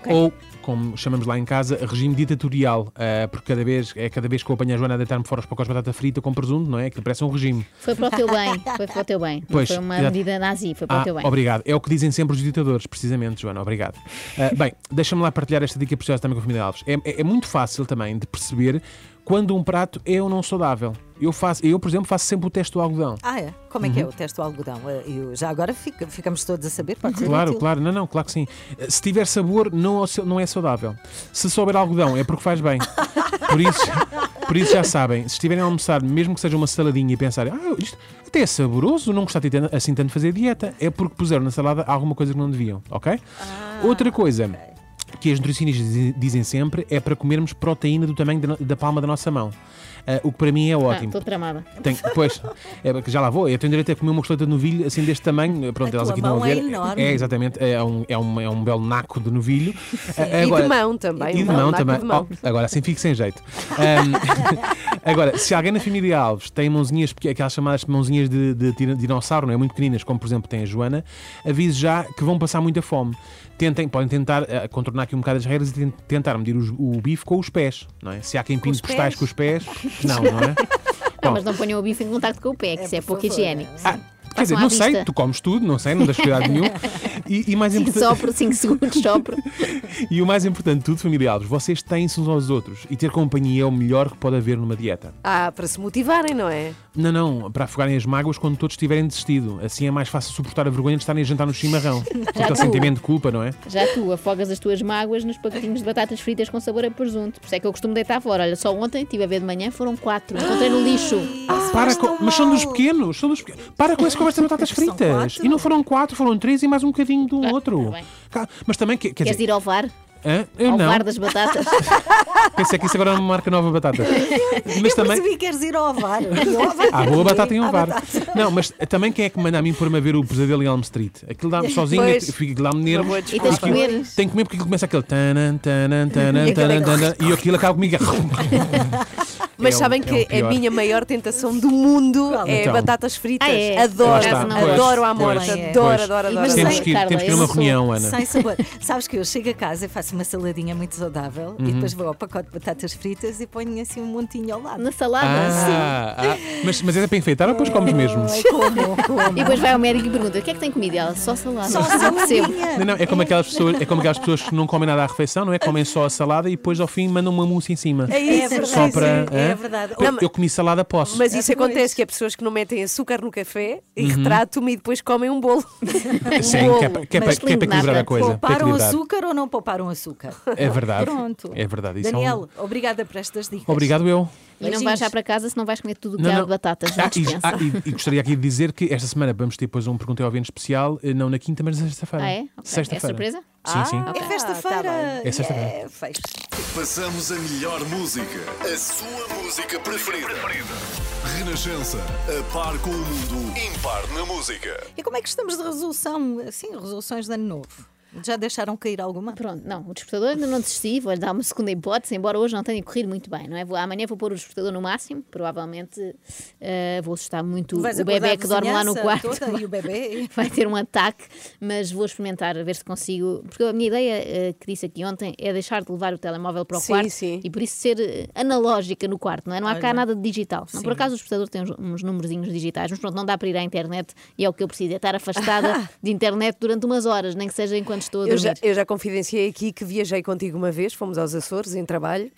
S7: Ou, como chamamos lá em casa, regime ditatorial, ah, porque cada vez, é cada vez que eu apanho a Joana a deitar-me fora os pacotes de batata frita com presunto, não é? Aquilo parece um regime.
S8: Foi para o teu bem, foi para o teu bem. Não
S7: Pois,
S8: foi uma
S7: exato.
S8: medida nazi, foi para o
S7: Ah,
S8: teu bem.
S7: obrigado. É o que dizem sempre os ditadores, precisamente, Joana, obrigado. Ah, bem, deixa-me lá partilhar esta dica preciosa também com a família Alves. É, é- é muito fácil também de perceber quando um prato é ou não saudável. Eu, faço, eu, por exemplo, faço sempre o teste do algodão.
S2: Ah, é? Como é que é
S7: Uhum.
S2: o teste do algodão? Eh, Eu, já agora fica- ficamos todos a saber, pode ser
S7: Claro,
S2: útil.
S7: claro, não, não, claro que sim. Eh, Se tiver sabor, não, é sa- não é saudável. Se souber algodão, é porque faz bem. Por isso, por isso já sabem, se estiverem a almoçar, mesmo que seja uma saladinha e pensarem, ah, isto até é saboroso, não gostar assim tanto de fazer dieta, é porque puseram na salada alguma coisa que não deviam, ok? Outra coisa. Que as nutricionistas dizi- dizem sempre é para comermos proteína do tamanho da, no- da palma da nossa mão. Ah, o que para mim é
S8: Ah,
S7: ótimo.
S8: Estou tramada.
S7: Tem, pois, é, porque já lá vou. Eu tenho direito a comer uma costeleta de novilho assim deste tamanho. Pronto, elas
S3: tua
S7: aqui estão
S3: mão
S7: a ver.
S3: é enorme.
S7: É, exatamente. É um, é, um, é um belo naco de novilho. Ah,
S3: E de mão também,
S7: E de
S3: um belo
S7: mão
S3: naco
S7: também.
S3: de mão.
S7: Oh, agora assim fico sem jeito. Ahm, agora, se alguém na família Alves tem mãozinhas, pequ- aquelas chamadas mãozinhas de, de tira- dinossauro, não é? Muito pequeninas, como por exemplo tem a Joana, avise já que vão passar muita fome. Tentem, podem tentar ah, contornar aqui um bocado as regras e ten- tentar medir os- o bife com os pés, não é? Se há quem pinte
S8: os
S7: postais
S8: pés?
S7: com os pés, não, não é?
S8: Não,
S7: Bom.
S8: mas não ponham o bife em contacto com o pé, que isso é pouco higiênico.
S7: Quer dizer,
S8: Passam à
S7: não sei,
S8: vista.
S7: tu comes tudo, não sei, não das cuidado nenhum. E, e mais
S8: Sim,
S7: importante-
S8: sopro, 5 segundos, sopro.
S7: e o mais importante de tudo, família Alves, vocês têm-se uns aos outros e ter companhia é o melhor que pode haver numa dieta.
S3: Ah, para se motivarem, não é?
S7: Não, não, para afogarem as mágoas quando todos tiverem desistido. Assim é mais fácil suportar a vergonha de estarem a jantar no chimarrão.
S8: Já
S7: Aquele
S8: tu.
S7: sentimento de culpa, não é?
S8: Já tu afogas as tuas mágoas nos pacotinhos de batatas fritas com sabor a presunto. Por isso é que eu costumo deitar fora. Olha, só ontem estive a ver de manhã, foram quatro. Encontrei no lixo.
S7: Para com- Ah, Mas são dos pequenos, são dos pequenos. Para com essa conversa de batatas fritas. E não foram quatro, foram três e mais um bocadinho de um outro. Cá- Mas também, quer, quer
S8: Ah, tá Queres
S7: dizer.
S8: ir ao VAR?
S7: Hã? Eu
S8: ao
S7: não.
S8: VAR das batatas?
S7: Pensei que isso agora é uma marca nova batata. Mas também.
S2: Percebi que queres ir ao ovar.
S7: Há boa batata em um bar. Não, mas também quem é que manda a mim por me a ver o pesadelo em Elm Street? Aquilo dá-me sozinho,
S8: Pois.
S7: eu fico lá
S8: Uma
S7: mineiro.
S8: boa desculpa. E tens de comer.
S7: Tem que comer porque aquilo começa aquele. Tanan, tanan,
S3: E
S7: tanan,
S3: aquilo é
S7: tanan, tanan, e aquilo acaba comigo.
S3: Mas
S7: É um-
S3: sabem
S7: é um
S3: que
S7: pior.
S3: a minha maior tentação do mundo é
S7: Então.
S3: batatas fritas.
S2: Ah, é?
S7: Lá
S3: Adoro,
S7: está, pois,
S3: adoro a morte,
S7: pois,
S3: adoro,
S7: pois.
S3: adoro, adoro.
S7: Mas
S3: adoro.
S7: Temos que ir- Carla,
S8: é
S7: temos que ir a uma eu sou- reunião, Ana.
S2: Sem sabor. Sabes que eu chego a casa e faço uma saladinha muito saudável e
S7: Uhum.
S2: depois vou ao pacote de batatas fritas e ponho assim um montinho ao lado.
S8: Na salada?
S7: Ah, ah, mas, mas é para enfeitar ou depois comes mesmo?
S8: E depois vai ao médico e pergunta: o que é que tem comida? Ela só salada.
S2: Só
S8: Não percebo.
S7: Não, não, é como aquelas pessoas, é como aquelas pessoas que não comem nada à refeição, não é? Comem só a salada e depois ao fim mandam uma mousse em cima.
S3: É isso, é
S7: só
S3: verdade,
S7: para,
S3: sim, é
S7: hã?
S3: verdade.
S7: Eu,
S3: Não, mas-
S7: eu comi salada, posso.
S3: Mas
S8: É
S3: isso acontece, que há pessoas que não metem açúcar no café e
S7: Uhum.
S3: retratam-me e depois comem um bolo.
S7: Sim, que é pa- que é pa- que é para equilibrar a coisa. para
S2: Pouparam
S7: equilibrar.
S2: um açúcar ou não pouparam açúcar?
S7: É verdade.
S2: Pronto.
S7: É verdade. Isso é um-
S2: Daniel, obrigada por estas dicas.
S7: Obrigado eu.
S8: E não vais já para casa se não vais comer tudo o que
S7: Não,
S8: há
S7: não.
S8: de batatas. Não
S7: Ah, e,
S8: dispensa.
S7: ah, e- e gostaria aqui de dizer que esta semana vamos ter depois um Perguntei ao Vento especial, eh, não na quinta, mas na sexta-feira.
S8: Ah, é? Ok.
S7: Sexta-feira.
S8: É surpresa?
S7: Sim, sim.
S2: É festa-feira.
S7: Ah, É sexta-feira.
S2: É fecho.
S1: Passamos a melhor música. A sua música preferida. Renascença. A par com o mundo. Impar na música.
S2: E como é que estamos de resolução? Sim, resoluções de ano novo. Já deixaram cair alguma?
S8: Pronto, não. O despertador ainda não desisti, vou-lhe dar uma segunda hipótese, embora hoje não tenha corrido muito bem, não é? Vou, amanhã vou pôr o despertador no máximo, provavelmente eh, vou assustar muito o bebê que dorme lá no quarto.
S2: Toda, e o bebê.
S8: vai ter um ataque, mas vou experimentar a ver se consigo. Porque a minha ideia eh, que disse aqui ontem é deixar de levar o telemóvel para o
S3: Sim,
S8: quarto
S3: sim.
S8: e por isso ser eh, analógica no quarto, não é? Não há cá
S3: Olha.
S8: nada de digital. Não, por
S3: Sim.
S8: acaso o espectador tem uns, uns numerozinhos digitais, mas pronto, não dá para ir à internet e é o que eu preciso, é estar afastada de internet durante umas horas, nem que seja enquanto estou a
S3: Eu
S8: dormir.
S3: já, eu já confidenciei aqui que viajei contigo uma vez, fomos aos Açores em trabalho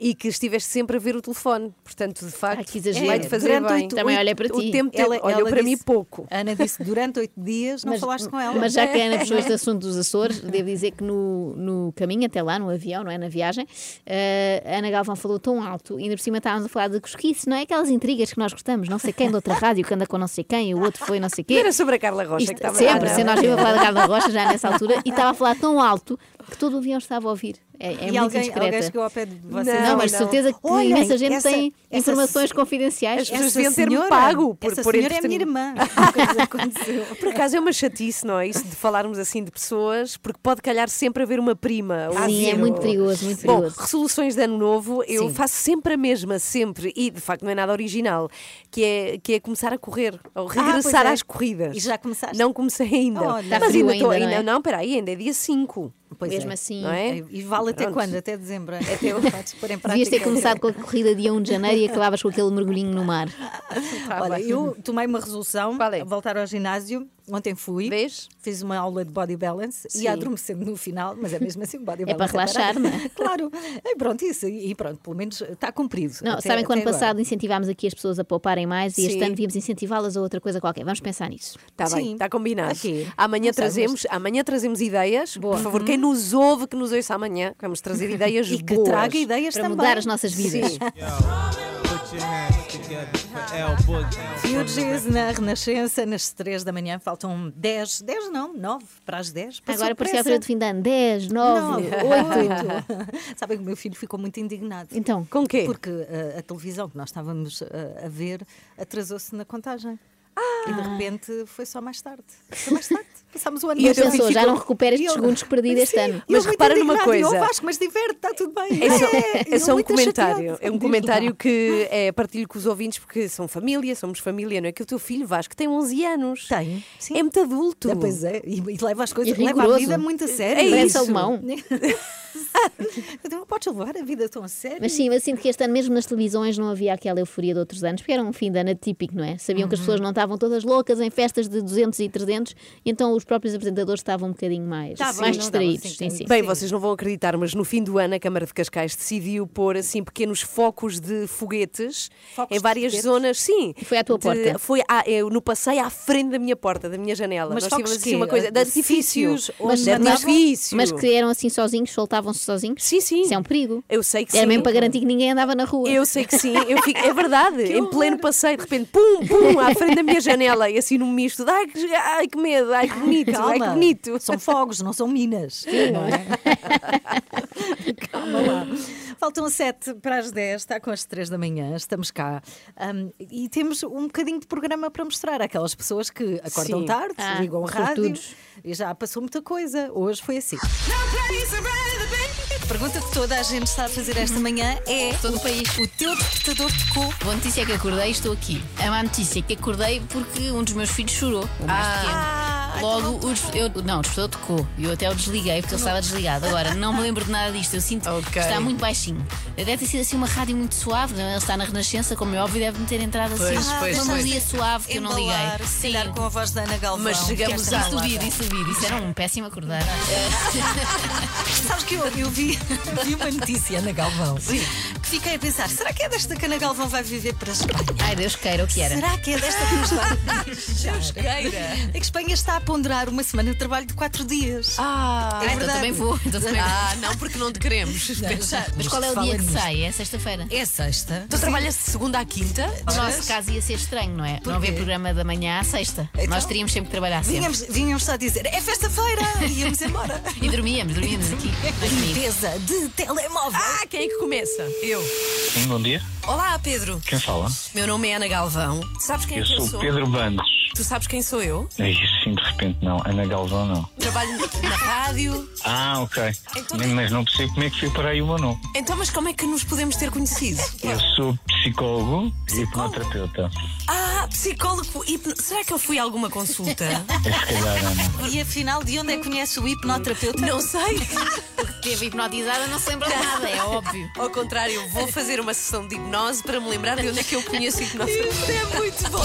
S3: e que estiveste sempre a ver o telefone. Portanto, de facto,
S8: que exagero.
S3: vai-te fazer
S8: Durante
S3: bem.
S8: oito- Também oito- olhei para
S3: o
S8: ti.
S3: Tempo
S8: Ela-
S3: ela, olhou
S8: ela
S3: para
S8: disse-
S3: mim pouco.
S2: Ana disse durante oito dias não falaste com ela.
S8: Mas já que é a Ana puxou este assunto dos Açores, devo dizer que no, no caminho até lá, no avião, não é? Na viagem, eh, a Ana Galvão falou tão alto, e ainda por cima estávamos a falar de cosquices, não é? Aquelas intrigas que nós gostamos, não sei quem de outra rádio que anda com não sei quem, e o outro foi não sei quê.
S3: Não era sobre a Carla Rocha
S8: Isto-
S3: que estava
S8: sempre, se nós vimos a falar da
S3: da
S8: Carla Rocha já nessa altura, e estava a falar tão alto que todo o avião estava a ouvir. É, é
S2: e
S8: muito
S2: alguém,
S8: indiscreta.
S2: alguém chegou ao pé de vocês.
S8: Não,
S2: Não,
S8: mas
S2: não.
S8: de certeza que
S2: Olhem,
S8: imensa gente
S2: essa-
S8: tem
S2: essa
S8: informações
S2: se-
S8: confidenciais.
S3: As pessoas
S2: Essa
S3: deviam ter-me
S2: senhora-
S3: pago por,
S2: essa
S3: por
S2: senhora é a
S3: entretenimento.
S2: minha irmã. Ah,
S3: Por acaso é uma chatice, não é? Isso de falarmos assim de pessoas, porque pode calhar sempre haver uma prima. ou
S8: Sim, é
S3: zero.
S8: muito perigoso, muito
S3: Bom,
S8: perigoso.
S3: resoluções de ano novo, eu
S8: Sim.
S3: faço sempre a mesma, sempre, e de facto não é nada original, que é, que é começar a correr, ou
S2: pois
S3: regressar
S2: é.
S3: às corridas.
S2: E já começaste?
S3: Não comecei ainda.
S2: Olha. Está
S3: mas
S2: frio
S3: ainda estou
S2: ainda,
S3: ainda.
S2: não é?
S3: Não, peraí, ainda é dia 5.
S2: Pois
S8: Mesmo
S2: é.
S8: assim.
S3: Não é?
S2: E vale até
S3: Pronto.
S2: quando? Até dezembro. Até o podes pôr em prática.
S8: Devias ter começado com a corrida dia 1 de janeiro e acabavas com aquele mergulhinho no mar. é?
S2: Olha, eu tomei uma resolução, voltar ao ginásio Ontem fui, fiz uma aula de body balance e
S8: Sim.
S2: ia adormecendo no final, mas é mesmo assim um body
S8: É
S2: balance.
S8: para relaxar,
S2: parado.
S8: não é?
S2: Claro, e pronto, isso. E pronto, pelo menos está cumprido.
S8: Não,
S2: até-
S8: sabem que o ano
S2: até agora.
S8: passado incentivámos aqui as pessoas a pouparem mais e este
S2: Sim.
S8: ano devíamos incentivá-las a outra coisa qualquer. Vamos pensar nisso.
S3: Está tá bem, está combinado.
S8: Aqui.
S3: Amanhã
S8: Não sei,
S3: trazemos, amanhã trazemos ideias. Por favor, quem nos ouve, que nos ouça amanhã, que vamos trazer ideias
S8: E que
S3: boas.
S8: traga ideias Para também. mudar as nossas vidas.
S3: Sim.
S12: Put your hands together for L Boogie.
S2: Fugees na Renascença, nas 3 da manhã, faltam 10, 10 não, 9 para as 10.
S3: Tá
S2: Por
S8: Agora parecia a
S2: surpresa.
S8: altura de fim de ano. 10, 9, 8.
S2: oito. Sabem que o meu filho ficou muito indignado.
S8: Então,
S2: com quê? Porque uh, a televisão que nós estávamos uh, a ver atrasou-se na contagem. E
S8: Ah!
S2: de repente foi só mais tarde. Foi mais tarde. Passámos o ano
S8: E eu
S2: todo.
S8: pensou,
S2: Ele
S8: já
S2: ficou-
S8: não recupera estes
S2: E eu-
S8: segundos que perdi este
S2: Sim,
S8: ano.
S2: e
S8: Mas
S2: eu muito
S8: repara numa
S2: indignada, e eu,
S8: coisa.
S2: Vasco, mas diverte, está tudo bem.
S3: É só,
S2: E
S3: é
S2: ele
S3: só um
S2: muito
S3: comentário.
S2: chateado.
S3: É um comentário que é, partilho com os ouvintes porque são família, somos família, não é? Que o teu filho Vasco tem 11 anos.
S2: Tem.
S3: É muito adulto.
S2: Ah, Pois é, e, e leva as coisas,
S3: E
S2: leva a
S3: rigoroso.
S2: vida muito a sério.
S3: É
S8: Parece
S2: isso.
S8: alemão.
S2: Então, podes levar a vida tão a sério.
S8: Mas sim, eu sinto que este ano, mesmo nas televisões, não havia aquela euforia de outros anos, porque era um fim de ano atípico, não é? Sabiam
S3: Uhum.
S8: que as pessoas não estavam todas loucas em festas de 200 e 300, então os próprios apresentadores estavam um bocadinho mais,
S3: Tá bem,
S8: mais
S3: não
S8: distraídos.
S3: dava,
S8: sim, sim.
S3: Bem, vocês não vão acreditar, mas no fim do ano a Câmara de Cascais decidiu pôr assim pequenos focos de foguetes
S8: Focos
S3: em
S8: de
S3: várias
S8: foguetes?
S3: zonas. Sim.
S8: E foi à tua
S3: de-
S8: porta?
S3: Foi à- eu no passeio à frente da minha porta, da minha janela.
S2: Mas
S3: Nós
S2: focos
S3: tínhamos assim
S2: quê?
S3: uma coisa de
S2: Eh,
S3: artifício.
S2: sítios
S3: Mas
S2: onde
S3: de
S2: mandavam?
S3: artifício.
S8: Mas que eram assim sozinhos, soltavam-se sozinhos?
S3: Sim, sim.
S8: Isso é um perigo.
S3: Eu sei que
S8: Era
S3: sim.
S8: mesmo para garantir que ninguém andava na rua.
S3: Eu sei que sim, eu fico- é verdade, em pleno passeio, de repente, pum, pum, à frente da minha janela, e assim num misto, de, ai que, ai, que medo, ai que bonito, ai que
S2: Calma.
S3: bonito.
S2: São fogos, não são minas. não é? Calma lá. Faltam 7 para as 10, está com as 3 da manhã, estamos cá. Ahm, e temos um bocadinho de programa para mostrar àquelas pessoas que acordam
S15: Sim.
S2: tarde,
S15: Ah,
S2: ligam o rádio
S15: sortudos.
S2: e já passou muita coisa. Hoje foi assim.
S13: é
S2: Pergunta que toda a gente está a fazer
S13: Uhum.
S2: esta manhã é:
S15: todo o país, o teu despertador tocou.
S13: Boa notícia é que acordei e estou aqui. A má notícia é que acordei porque um dos meus filhos chorou, o mais pequeno. Logo, o desf- eu, não, o despertador tocou. Eu até o desliguei porque ele estava desligado. Agora, não me lembro de nada disto. Eu sinto que está muito baixinho. Deve ter sido assim uma rádio muito suave. não é? Ele está na Renascença, como é óbvio, deve-me ter entrado assim.
S2: Pois, pois,
S13: uma
S2: pois.
S13: melodia suave que eu não
S2: Embalar,
S13: liguei.
S2: se calhar com a voz da Ana Galvão.
S13: Mas chegamos
S2: Esta
S13: a-
S2: não
S13: Isso duvido,
S2: dá.
S13: isso duvido. Isso era um péssimo acordar.
S2: Sabes que eu, eu vi, vi uma notícia, Ana Galvão, que fiquei a pensar: será que é desta que Ana Galvão vai viver para sempre?
S9: Ah,
S13: Ai, Deus queira, o que era?
S2: Será que é desta que nos vai Deus queira. É que Espanha está a ponderar uma semana de trabalho de quatro dias. Ah,
S13: então também vou, então também vou. Ah,
S2: não, porque não te queremos.
S13: Mas qual é o dia que sai? É sexta-feira?
S2: É sexta.
S13: Tu trabalhas de
S2: segunda à quinta?
S13: O nosso caso ia ser estranho, não é? Não haver programa da manhã à sexta. Nós teríamos sempre que trabalhar sempre.
S2: Vínhamos, vínhamos só dizer, é festa-feira! E íamos embora.
S13: E dormíamos, dormíamos aqui.
S2: Limpeza de telemóvel. Ah, quem é que começa?
S15: Eu.
S12: Sim, bom dia.
S15: Olá, Pedro.
S12: Quem fala?
S15: Meu nome é Ana Galvão. Tu sabes quem é
S12: eu
S15: que eu
S12: sou
S15: sou?
S12: Pedro Bandes.
S15: Tu sabes quem sou eu?
S12: Ai, sim, de repente não. Ana Galvão não.
S15: Trabalho na rádio.
S12: Ah, ok. Nem- Mas não percebo como é que fui para aí o meu nome.
S15: Então, mas como é que nos podemos ter conhecido?
S12: Eu sou psicólogo e hipnoterapeuta.
S15: Ah, psicólogo. hipno- Será que eu fui a alguma consulta?
S12: É se calhar, Ana.
S2: E afinal, de onde é que conhece o hipnoterapeuta?
S15: Não sei.
S13: Teve hipnotizada, não se lembra de nada, é óbvio.
S15: Ao contrário, vou fazer uma sessão de hipnose para me lembrar de onde é que eu conheço hipnose.
S1: Isso
S15: é muito bom.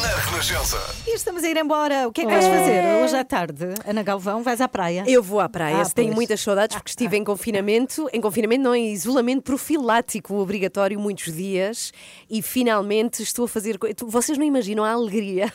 S1: Na Renascença.
S2: E estamos a ir embora. O que é que vais fazer hoje à tarde? Ana Galvão, vais à praia?
S3: Eu vou à praia.
S2: Ah,
S3: Tenho
S2: pois.
S3: muitas saudades porque estive em confinamento, em confinamento não, em isolamento profilático obrigatório muitos dias e finalmente estou a fazer. co- Tu- Vocês não imaginam a alegria.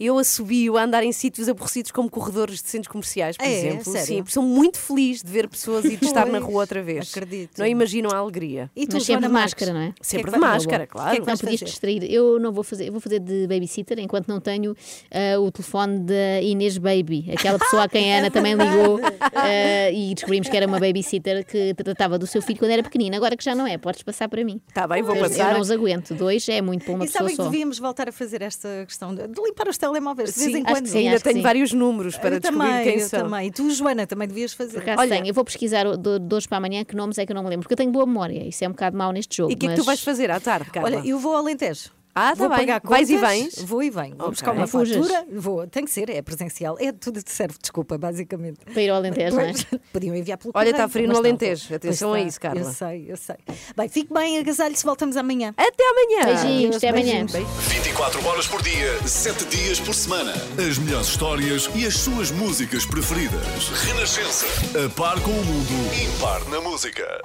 S3: Eu a subir, a andar em sítios aborrecidos como corredores de centros comerciais, por
S2: É,
S3: exemplo.
S2: sério?
S3: Sim, sou muito feliz de ver pessoas e de estar na
S2: Pois,
S3: rua outra vez.
S2: acredito.
S3: Não imaginam a alegria.
S2: E tu,
S8: Mas sempre
S2: Joana
S8: de
S2: Marques?
S8: máscara, não é?
S3: Sempre de máscara, claro.
S8: não podias distrair. Eu não vou fazer, eu vou fazer de babysitter enquanto não tenho ah, o telefone da Inês Baby, aquela pessoa a quem a Ana também ligou ah, e descobrimos que era uma babysitter que tratava do seu filho quando era pequenina. Agora que já não é, podes passar para mim.
S3: Está Tá bem, vou
S8: eu,
S3: passar.
S8: Eu não os aguento. Dois é muito para uma
S2: E
S8: pessoa
S2: sabem que
S8: só.
S2: devíamos voltar a fazer esta questão de de limpar os telemóveis de
S3: Sim,
S2: vez em
S3: acho
S2: quando.
S3: que sim, Ainda acho que tenho sim. vários números para
S2: eu
S3: descobrir
S2: também,
S3: quem
S2: eu
S3: são.
S2: Também. E tu, Joana, também devias fazer.
S8: Por acaso tenho. Eu vou pesquisar o- do- de hoje para amanhã que nomes é que eu não me lembro, porque eu tenho boa memória. Isso é um bocado mau neste jogo.
S2: E o que é que
S8: mas...
S2: tu vais
S3: fazer à tarde,
S2: Olha, eu vou ao Alentejo.
S3: Ah, tá
S2: vou
S3: bem.
S2: pagar
S3: Vais e
S2: contas,
S3: vens?
S2: Vou e venho. Vou
S3: Ok.
S2: buscar uma
S3: Não fujas.
S2: fatura. Vou. Tem que ser, é presencial. É tudo que serve, desculpa, basicamente.
S8: Para ir ao Alentejo, não é?
S2: Pois, Podiam enviar pelo
S3: Olha,
S2: correio,
S3: está frio no
S2: mas não
S3: Alentejo.
S2: vou.
S3: Atenção
S2: Pois
S3: a
S2: está,
S3: isso, Carla.
S2: Eu sei, eu sei. Bem, fique bem, agasalho-se, voltamos amanhã.
S3: Até amanhã.
S2: Beijinhos, até amanhã.
S1: 24 horas por dia, 7 dias por semana. As melhores histórias e as suas músicas preferidas. Renascença. A par com o mundo, impar na música.